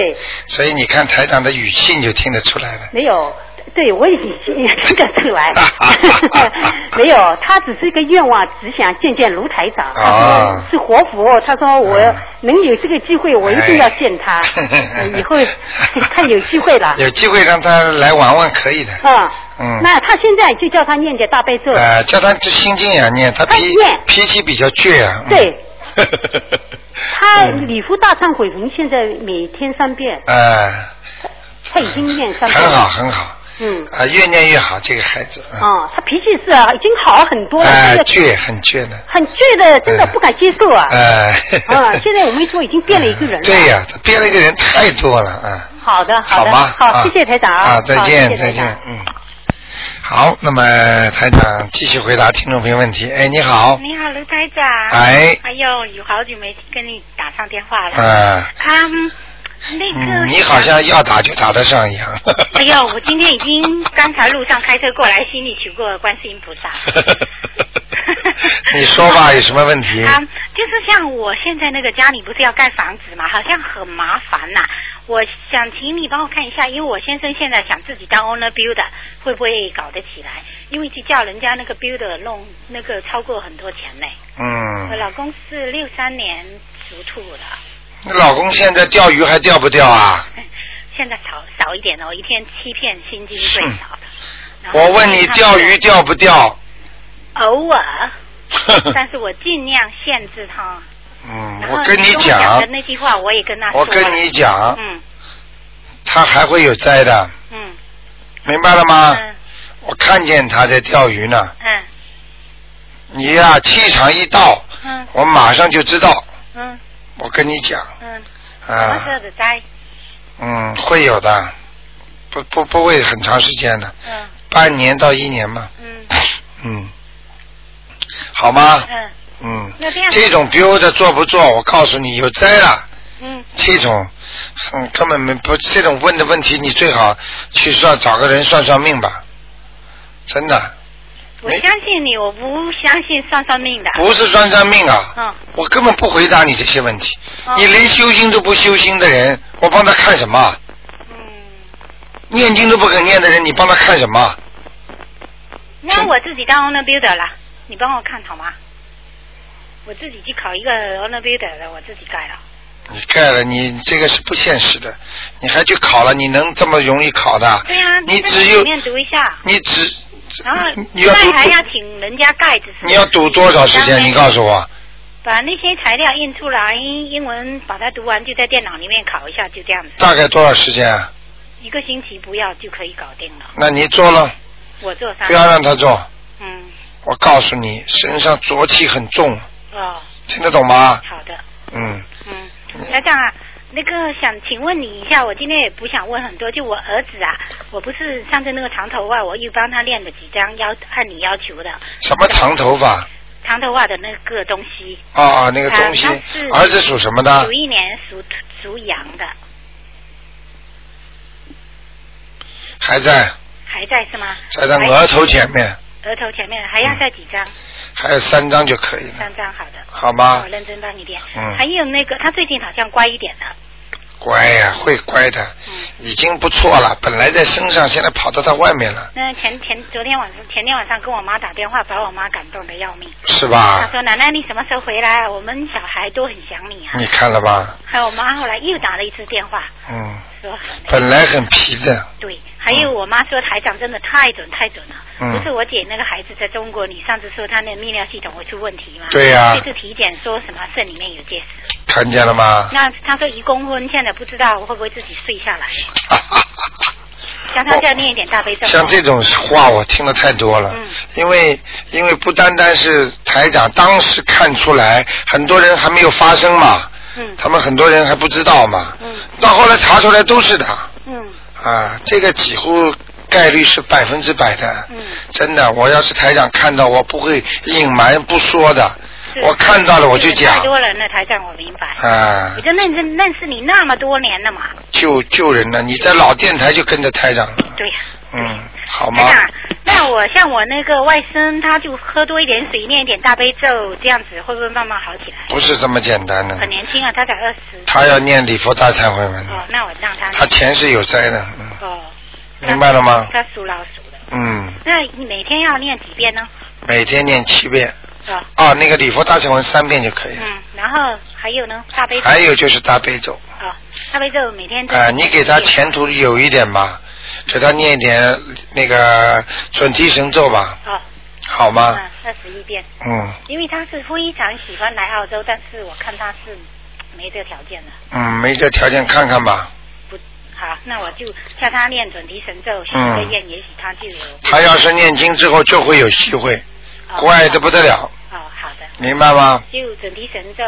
Speaker 1: 所以你看台长的语气你就听得出来了，
Speaker 7: 没有。
Speaker 8: 对，我已经听得出 来， 没有，他只是一个愿望，只想见见卢台长。他说
Speaker 1: 啊
Speaker 8: 是活佛，他说我
Speaker 1: 啊
Speaker 8: 能有这个机会，我一定
Speaker 1: 哎
Speaker 8: 要见 他。嗯以后 看有机会了。
Speaker 1: 有机会让他来玩玩可以的。
Speaker 8: 啊，
Speaker 1: 嗯
Speaker 8: 那他现在就叫他念点大悲咒。
Speaker 1: 呃，叫他这心经也念，他
Speaker 8: 他
Speaker 1: 脾
Speaker 8: 念
Speaker 1: 脾气比较倔啊。嗯
Speaker 8: 对。他
Speaker 1: 嗯
Speaker 8: 礼佛大忏悔文现在每天三遍，
Speaker 1: 哎，
Speaker 8: 他已经念三遍了。
Speaker 1: 很好很好，
Speaker 8: 嗯，
Speaker 1: 啊，越念越好，这个孩子。嗯
Speaker 8: 啊，他脾气是啊，已经好很多了。
Speaker 1: 哎，
Speaker 8: 现在
Speaker 1: 倔，很倔的。
Speaker 8: 很倔的，真的
Speaker 1: 嗯
Speaker 8: 不敢接受啊。
Speaker 1: 哎。
Speaker 8: 啊，现在我们说已经变了一个人了。
Speaker 1: 对呀、他编了一个人太多了啊。
Speaker 8: 好的，
Speaker 1: 好
Speaker 8: 的，
Speaker 1: 吗？
Speaker 8: 好，
Speaker 1: 啊
Speaker 8: 谢谢台长
Speaker 1: 啊，
Speaker 8: 好
Speaker 1: 再见，
Speaker 8: 谢谢台
Speaker 1: 再
Speaker 8: 长
Speaker 1: 见，嗯。好，那么台长继续回答听众朋友问题。哎，你好，
Speaker 7: 你好，卢台长。
Speaker 1: 哎
Speaker 7: 哎呦，有好久没跟你打上电话了。
Speaker 1: 啊，
Speaker 7: 嗯，那个、
Speaker 1: 嗯你好像要打就打得上一样。
Speaker 7: 哎呦，我今天已经刚才路上开车过来，心里求过观世音菩 萨。
Speaker 1: 你说吧，有什么问 题？
Speaker 7: 啊、就是像我现在那个家里不是要盖房子嘛，好像很麻烦呐、我想请你帮我看一下，因为我先生现在想自己当 owner builder，会不会搞得起来？因为去叫人家那个 builder 弄那个超过很多钱嘞。我
Speaker 1: 嗯，
Speaker 7: 老公是六三年属兔的，
Speaker 1: 你老公现在钓鱼还钓不钓啊？
Speaker 7: 现在少少一点哦，一天七片心经最少的。然后
Speaker 1: 我问你，
Speaker 7: 他是
Speaker 1: 钓鱼钓不钓？
Speaker 7: 偶 尔，但是我尽量限制他。
Speaker 1: 嗯，
Speaker 7: 然后
Speaker 1: 我跟
Speaker 7: 你
Speaker 1: 你
Speaker 7: 跟我
Speaker 1: 讲
Speaker 7: 的，那句话我也跟他说
Speaker 1: 我
Speaker 7: 了。
Speaker 1: 跟你讲，
Speaker 7: 嗯
Speaker 1: 他还会有灾的，
Speaker 7: 嗯
Speaker 1: 明白了吗？
Speaker 7: 嗯
Speaker 1: 我看见他在钓鱼呢。
Speaker 7: 嗯
Speaker 1: 你呀、气场一到，
Speaker 7: 嗯
Speaker 1: 我马上就知道。
Speaker 7: 嗯
Speaker 1: 我跟你讲
Speaker 7: 嗯，什么
Speaker 1: 啊
Speaker 7: 时，候的灾？
Speaker 1: 嗯，会有的，不不不会很长时间的，
Speaker 7: 嗯
Speaker 1: 半年到一年嘛，
Speaker 7: 嗯
Speaker 1: 嗯，好吗？
Speaker 7: 嗯
Speaker 1: 嗯
Speaker 7: 那这样，
Speaker 1: 这种 build 的做不做？我告诉你，有灾了。
Speaker 7: 嗯
Speaker 1: 这种，嗯，根本没不这种问的问题，你最好去算找个人算算命吧，真的
Speaker 7: 我
Speaker 1: 没
Speaker 7: 相信你，我不相信算算命的。
Speaker 1: 不是算算命啊。
Speaker 7: 嗯
Speaker 1: 我根本不回答你这些问题，
Speaker 7: 哦
Speaker 1: 你连修心都不修心的人，我帮他看什么？
Speaker 7: 嗯，
Speaker 1: 念经都不肯念的人，你帮他看什么？
Speaker 7: 那我自己当 owner builder 了，你帮我看好吗？我自己去考一个 owner builder 的，我自己盖了。
Speaker 1: 你盖了，你这个是不现实的，你还去考了，你能这么容易考的？
Speaker 7: 对啊，
Speaker 1: 你
Speaker 7: 在
Speaker 1: 只
Speaker 7: 里
Speaker 1: 有
Speaker 7: 面读一下，
Speaker 1: 你只
Speaker 7: 然后
Speaker 1: 你要
Speaker 7: 那还
Speaker 1: 读
Speaker 7: 要请人家盖，只是
Speaker 1: 你要赌多少时间？你告诉我，
Speaker 7: 把那些材料印出来，英英文把它读完，就在电脑里面考一下，就这样子，
Speaker 1: 大概多少时间啊？
Speaker 7: 一个星期不要就可以搞定了。
Speaker 1: 那你做了，
Speaker 7: 我做三
Speaker 1: 不，要让他做。
Speaker 7: 嗯，
Speaker 1: 我告诉你，身上浊气很重，
Speaker 7: 哦，
Speaker 1: 听得懂吗？
Speaker 7: 好的，
Speaker 1: 嗯，
Speaker 7: 嗯，台长啊，那个想请问你一下，我今天也不想问很多，就我儿子啊，我不是上次那个长头发，我又帮他练了几张要按你要求的
Speaker 1: 什么长头发？
Speaker 7: 长头发的那个东西，
Speaker 1: 啊啊，那个东西
Speaker 7: 啊那是，
Speaker 1: 儿子属什么的
Speaker 7: 属？一年属属羊的，
Speaker 1: 还在，
Speaker 7: 还在是吗？
Speaker 1: 在他
Speaker 7: 还
Speaker 1: 额头嗯前面，
Speaker 7: 额头前面还要再几张？
Speaker 1: 还有三张就可以了，
Speaker 7: 三张好的。哦
Speaker 1: 好吗
Speaker 7: 我？认真帮你练。
Speaker 1: 啊嗯
Speaker 7: 还有那个，他最近好像乖一点了。嗯
Speaker 1: 乖呀、会乖的，已经不错了。本来在身上，现在跑到他外面了，
Speaker 7: 那前前昨天晚上前天晚上跟我妈打电话，把我妈感动的要命。
Speaker 1: 是
Speaker 7: 她
Speaker 1: 吧？
Speaker 7: 说：“奶奶，你什么时候回来啊？我们小孩都很想你啊。
Speaker 1: 你看了吧？”
Speaker 7: 还有我妈后来又打了一次电话，
Speaker 1: 嗯，
Speaker 7: 说很
Speaker 1: 本
Speaker 7: 累
Speaker 1: 来很皮的，
Speaker 7: 对，还有我妈说台长真的太准太准了。
Speaker 1: 嗯
Speaker 7: 不是我姐那个孩子在中国，你上次说她那泌尿系统会出问题吗？
Speaker 1: 对呀
Speaker 7: 这次体检说什么肾里面有结石，
Speaker 1: 看见了 吗？
Speaker 7: 那她说一公分，现在不知道会不会自己睡下来。像她再念一点大悲咒。
Speaker 1: 像这种话我听的太多了，
Speaker 7: 嗯
Speaker 1: 因为因为不单单是台长当时看出来，很多人还没有发生嘛，
Speaker 7: 嗯
Speaker 1: 他们很多人还不知道嘛，
Speaker 7: 嗯
Speaker 1: 到后来查出来都是的，
Speaker 7: 嗯
Speaker 1: 啊，这个几乎概率是百分之百的。
Speaker 7: 嗯
Speaker 1: 真的，我要是台长看到，我不会隐瞒不说的。
Speaker 7: 是
Speaker 1: 我看到了我就
Speaker 7: 因为
Speaker 1: 讲
Speaker 7: 太多人了，台长，我明白。
Speaker 1: 啊
Speaker 7: 我，就认识认识你那么多年了嘛，
Speaker 1: 救救人呢！你在老电台就跟着台长了，
Speaker 7: 对呀、
Speaker 1: 嗯，好吗
Speaker 7: 台？长，哎那我像我那个外甥，他就喝多一点水，念一点大悲咒，这样子会不会慢慢好起来？
Speaker 1: 不是这么简单的
Speaker 7: 很，年轻啊，他才二十。
Speaker 1: 哎他要念礼佛大忏悔文，
Speaker 7: 哦，那我让他
Speaker 1: 他前世有灾的，嗯
Speaker 7: 哦，
Speaker 1: 明白了吗？
Speaker 7: 他属老鼠的。
Speaker 1: 嗯，
Speaker 7: 那你每天要念几遍呢？
Speaker 1: 每天念七遍，
Speaker 7: 是吧？
Speaker 1: 啊，那个礼佛大忏文三遍就可以了。
Speaker 7: 嗯，然后还有呢，大悲咒。
Speaker 1: 哎还有就是大悲咒，
Speaker 7: 啊，大悲咒每天都
Speaker 1: 啊、你给他前途有一点吧，给他念一点那个准提神咒吧，
Speaker 7: 哦，
Speaker 1: 好吗？
Speaker 7: 嗯，二十一遍，
Speaker 1: 嗯
Speaker 7: 因为他是非常喜欢来澳洲，但是我看他是没这条件了。
Speaker 1: 嗯，没这条件看看吧。
Speaker 7: 不好，那我就叫他念准提神咒，许个愿，
Speaker 1: 嗯
Speaker 7: 也许他就有。
Speaker 1: 他要是念经之后就会有机会，
Speaker 7: 哦
Speaker 1: 怪得不得了，
Speaker 7: 哦，好的，
Speaker 1: 明白吗？
Speaker 7: 就准提神咒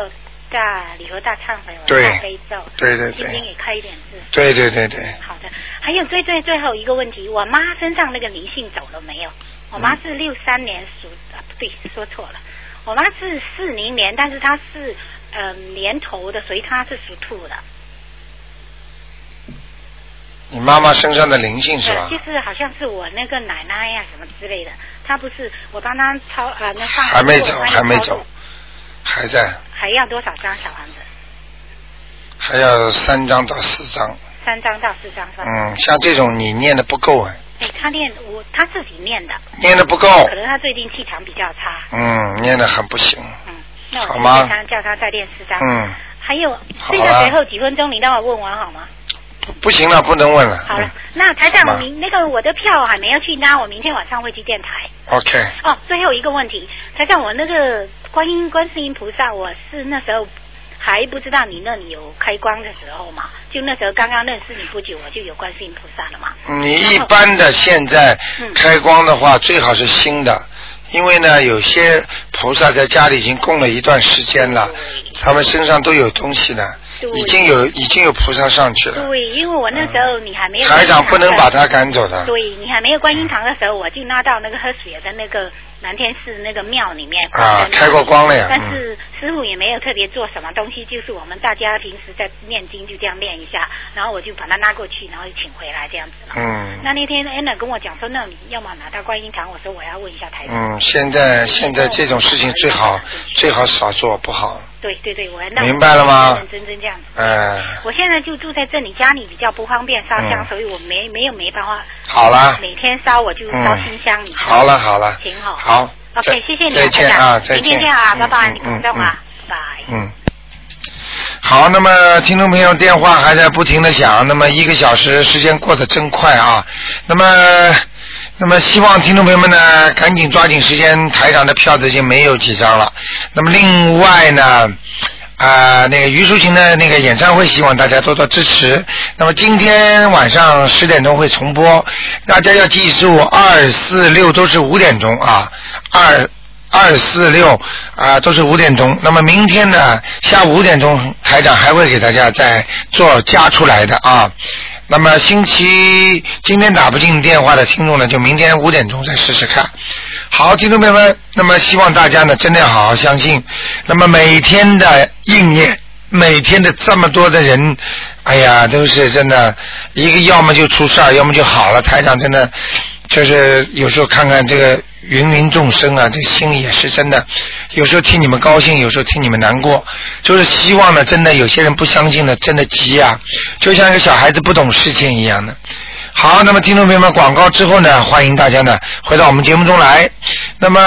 Speaker 7: 大礼佛大忏悔文
Speaker 1: 对
Speaker 7: 大悲咒，
Speaker 1: 对对
Speaker 7: 心经
Speaker 1: 对，
Speaker 7: 也开一点字。
Speaker 1: 对对对对，
Speaker 7: 好的，还有最最最后一个问题，我妈身上那个灵性走了没有？
Speaker 1: 嗯
Speaker 7: 我妈是六三年属啊，不对，说错了，我妈是四零年，但是她是嗯、年头的，所以她是属兔的，
Speaker 1: 你妈妈身上的灵性是
Speaker 7: 呃，
Speaker 1: 吧
Speaker 7: 就？是好像是我那个奶奶呀、什么之类的，她不是我帮她抄啊、呃那放
Speaker 1: 还没走，
Speaker 7: 我帮她
Speaker 1: 还没
Speaker 7: 抄
Speaker 1: 走，还在，
Speaker 7: 还要多少张小房子？
Speaker 1: 还要三张到四张。
Speaker 7: 三张到四张是吧？
Speaker 1: 嗯，像这种你念的不够哎，
Speaker 7: 哎，她念我她自己念的，
Speaker 1: 念的不够，
Speaker 7: 可能她最近气场比较差，
Speaker 1: 嗯，念的很不行，
Speaker 7: 嗯，那我
Speaker 1: 好
Speaker 7: 就
Speaker 1: 吗
Speaker 7: 叫她叫她再练四张，
Speaker 1: 嗯，
Speaker 7: 还有
Speaker 1: 好
Speaker 7: 这
Speaker 1: 了
Speaker 7: 个随后几分钟，你让我问完好吗？
Speaker 1: 不不行了，不能问了。
Speaker 7: 好了，那台
Speaker 1: 嗯好吧
Speaker 7: 长，明那个我的票还没有去拿，我明天晚上会去电台。
Speaker 1: 嗯、，OK，
Speaker 7: 哦，最后一个问题，台长，我那个观音观世音菩萨，我是那时候还不知道你那里有开光的时候嘛，就那时候刚刚认识你不久，我就有观世音菩萨了嘛。
Speaker 1: 你一般的现在
Speaker 7: 嗯
Speaker 1: 开光的话，最好是新的，因为呢，有些菩萨在家里已经供了一段时间了，他们身上都有东西呢，
Speaker 7: 对
Speaker 1: 已经有已经有菩萨上去了，
Speaker 7: 对，因为我那时候你还没有观
Speaker 1: 台
Speaker 7: 音堂
Speaker 1: 长
Speaker 7: 的。
Speaker 1: 不能把他赶走的。
Speaker 7: 对你还没有观音堂的时候，我就拉到那个喝水的那个南天寺那个庙里面。
Speaker 1: 啊开过光了呀嗯
Speaker 7: 但是师傅也没有特别做什么东西，就是我们大家平时在念经就这样念一下，然后我就把他拉过去，然后请回来这样子。
Speaker 1: 嗯
Speaker 7: 那那天 Anna 跟我讲说，那你要么拿到观音堂，我说我要问一下台长。
Speaker 1: 嗯，现在现在这种事情最好最好少做，不好，
Speaker 7: 对对对，我那我
Speaker 1: 明白了吗
Speaker 7: 认认真真这样子。
Speaker 1: 嗯，
Speaker 7: 我现在就住在这里，家里比较不方便烧香，
Speaker 1: 嗯
Speaker 7: 所以我没没有没办法。
Speaker 1: 好啦，
Speaker 7: 每天烧我就烧新香。你知道吗
Speaker 1: 好了好了，
Speaker 7: 行好
Speaker 1: 好
Speaker 7: OK，
Speaker 1: 再
Speaker 7: 谢谢你，
Speaker 1: 再见啊，
Speaker 7: 台长
Speaker 1: 再见，
Speaker 7: 明天见啊，
Speaker 1: 嗯
Speaker 7: 拜拜，
Speaker 1: 嗯
Speaker 7: 你
Speaker 1: 嗯
Speaker 7: 等等
Speaker 1: 嗯
Speaker 7: 啊，拜拜。
Speaker 1: 嗯。好，那么听众朋友电话还在不停的响，那么一个小时时间过得真快啊。那么，那么希望听众朋友们呢，赶紧抓紧时间，台长的票子已经没有几张了。那么另外呢，啊、那个于淑琴的那个演唱会，希望大家多多支持。那么今天晚上十点钟会重播，大家要记住二四六都是五点钟啊，二。二四六啊都是五点钟，那么明天呢下午五点钟台长还会给大家再做加出来的啊。那么星期今天打不进电话的听众呢，就明天五点钟再试试看。好，听众朋友们，那么希望大家呢真的要好好相信，那么每天的应验。每天的这么多的人，哎呀，都是真的，一个要么就出事儿，要么就好了。台长真的就是有时候看看这个芸芸众生啊，这心里也是真的，有时候替你们高兴，有时候替你们难过，就是希望呢，真的有些人不相信的，真的急啊，就像一个小孩子不懂事情一样的。好，那么听众朋友们，广告之后呢，欢迎大家呢回到我们节目中来。那么。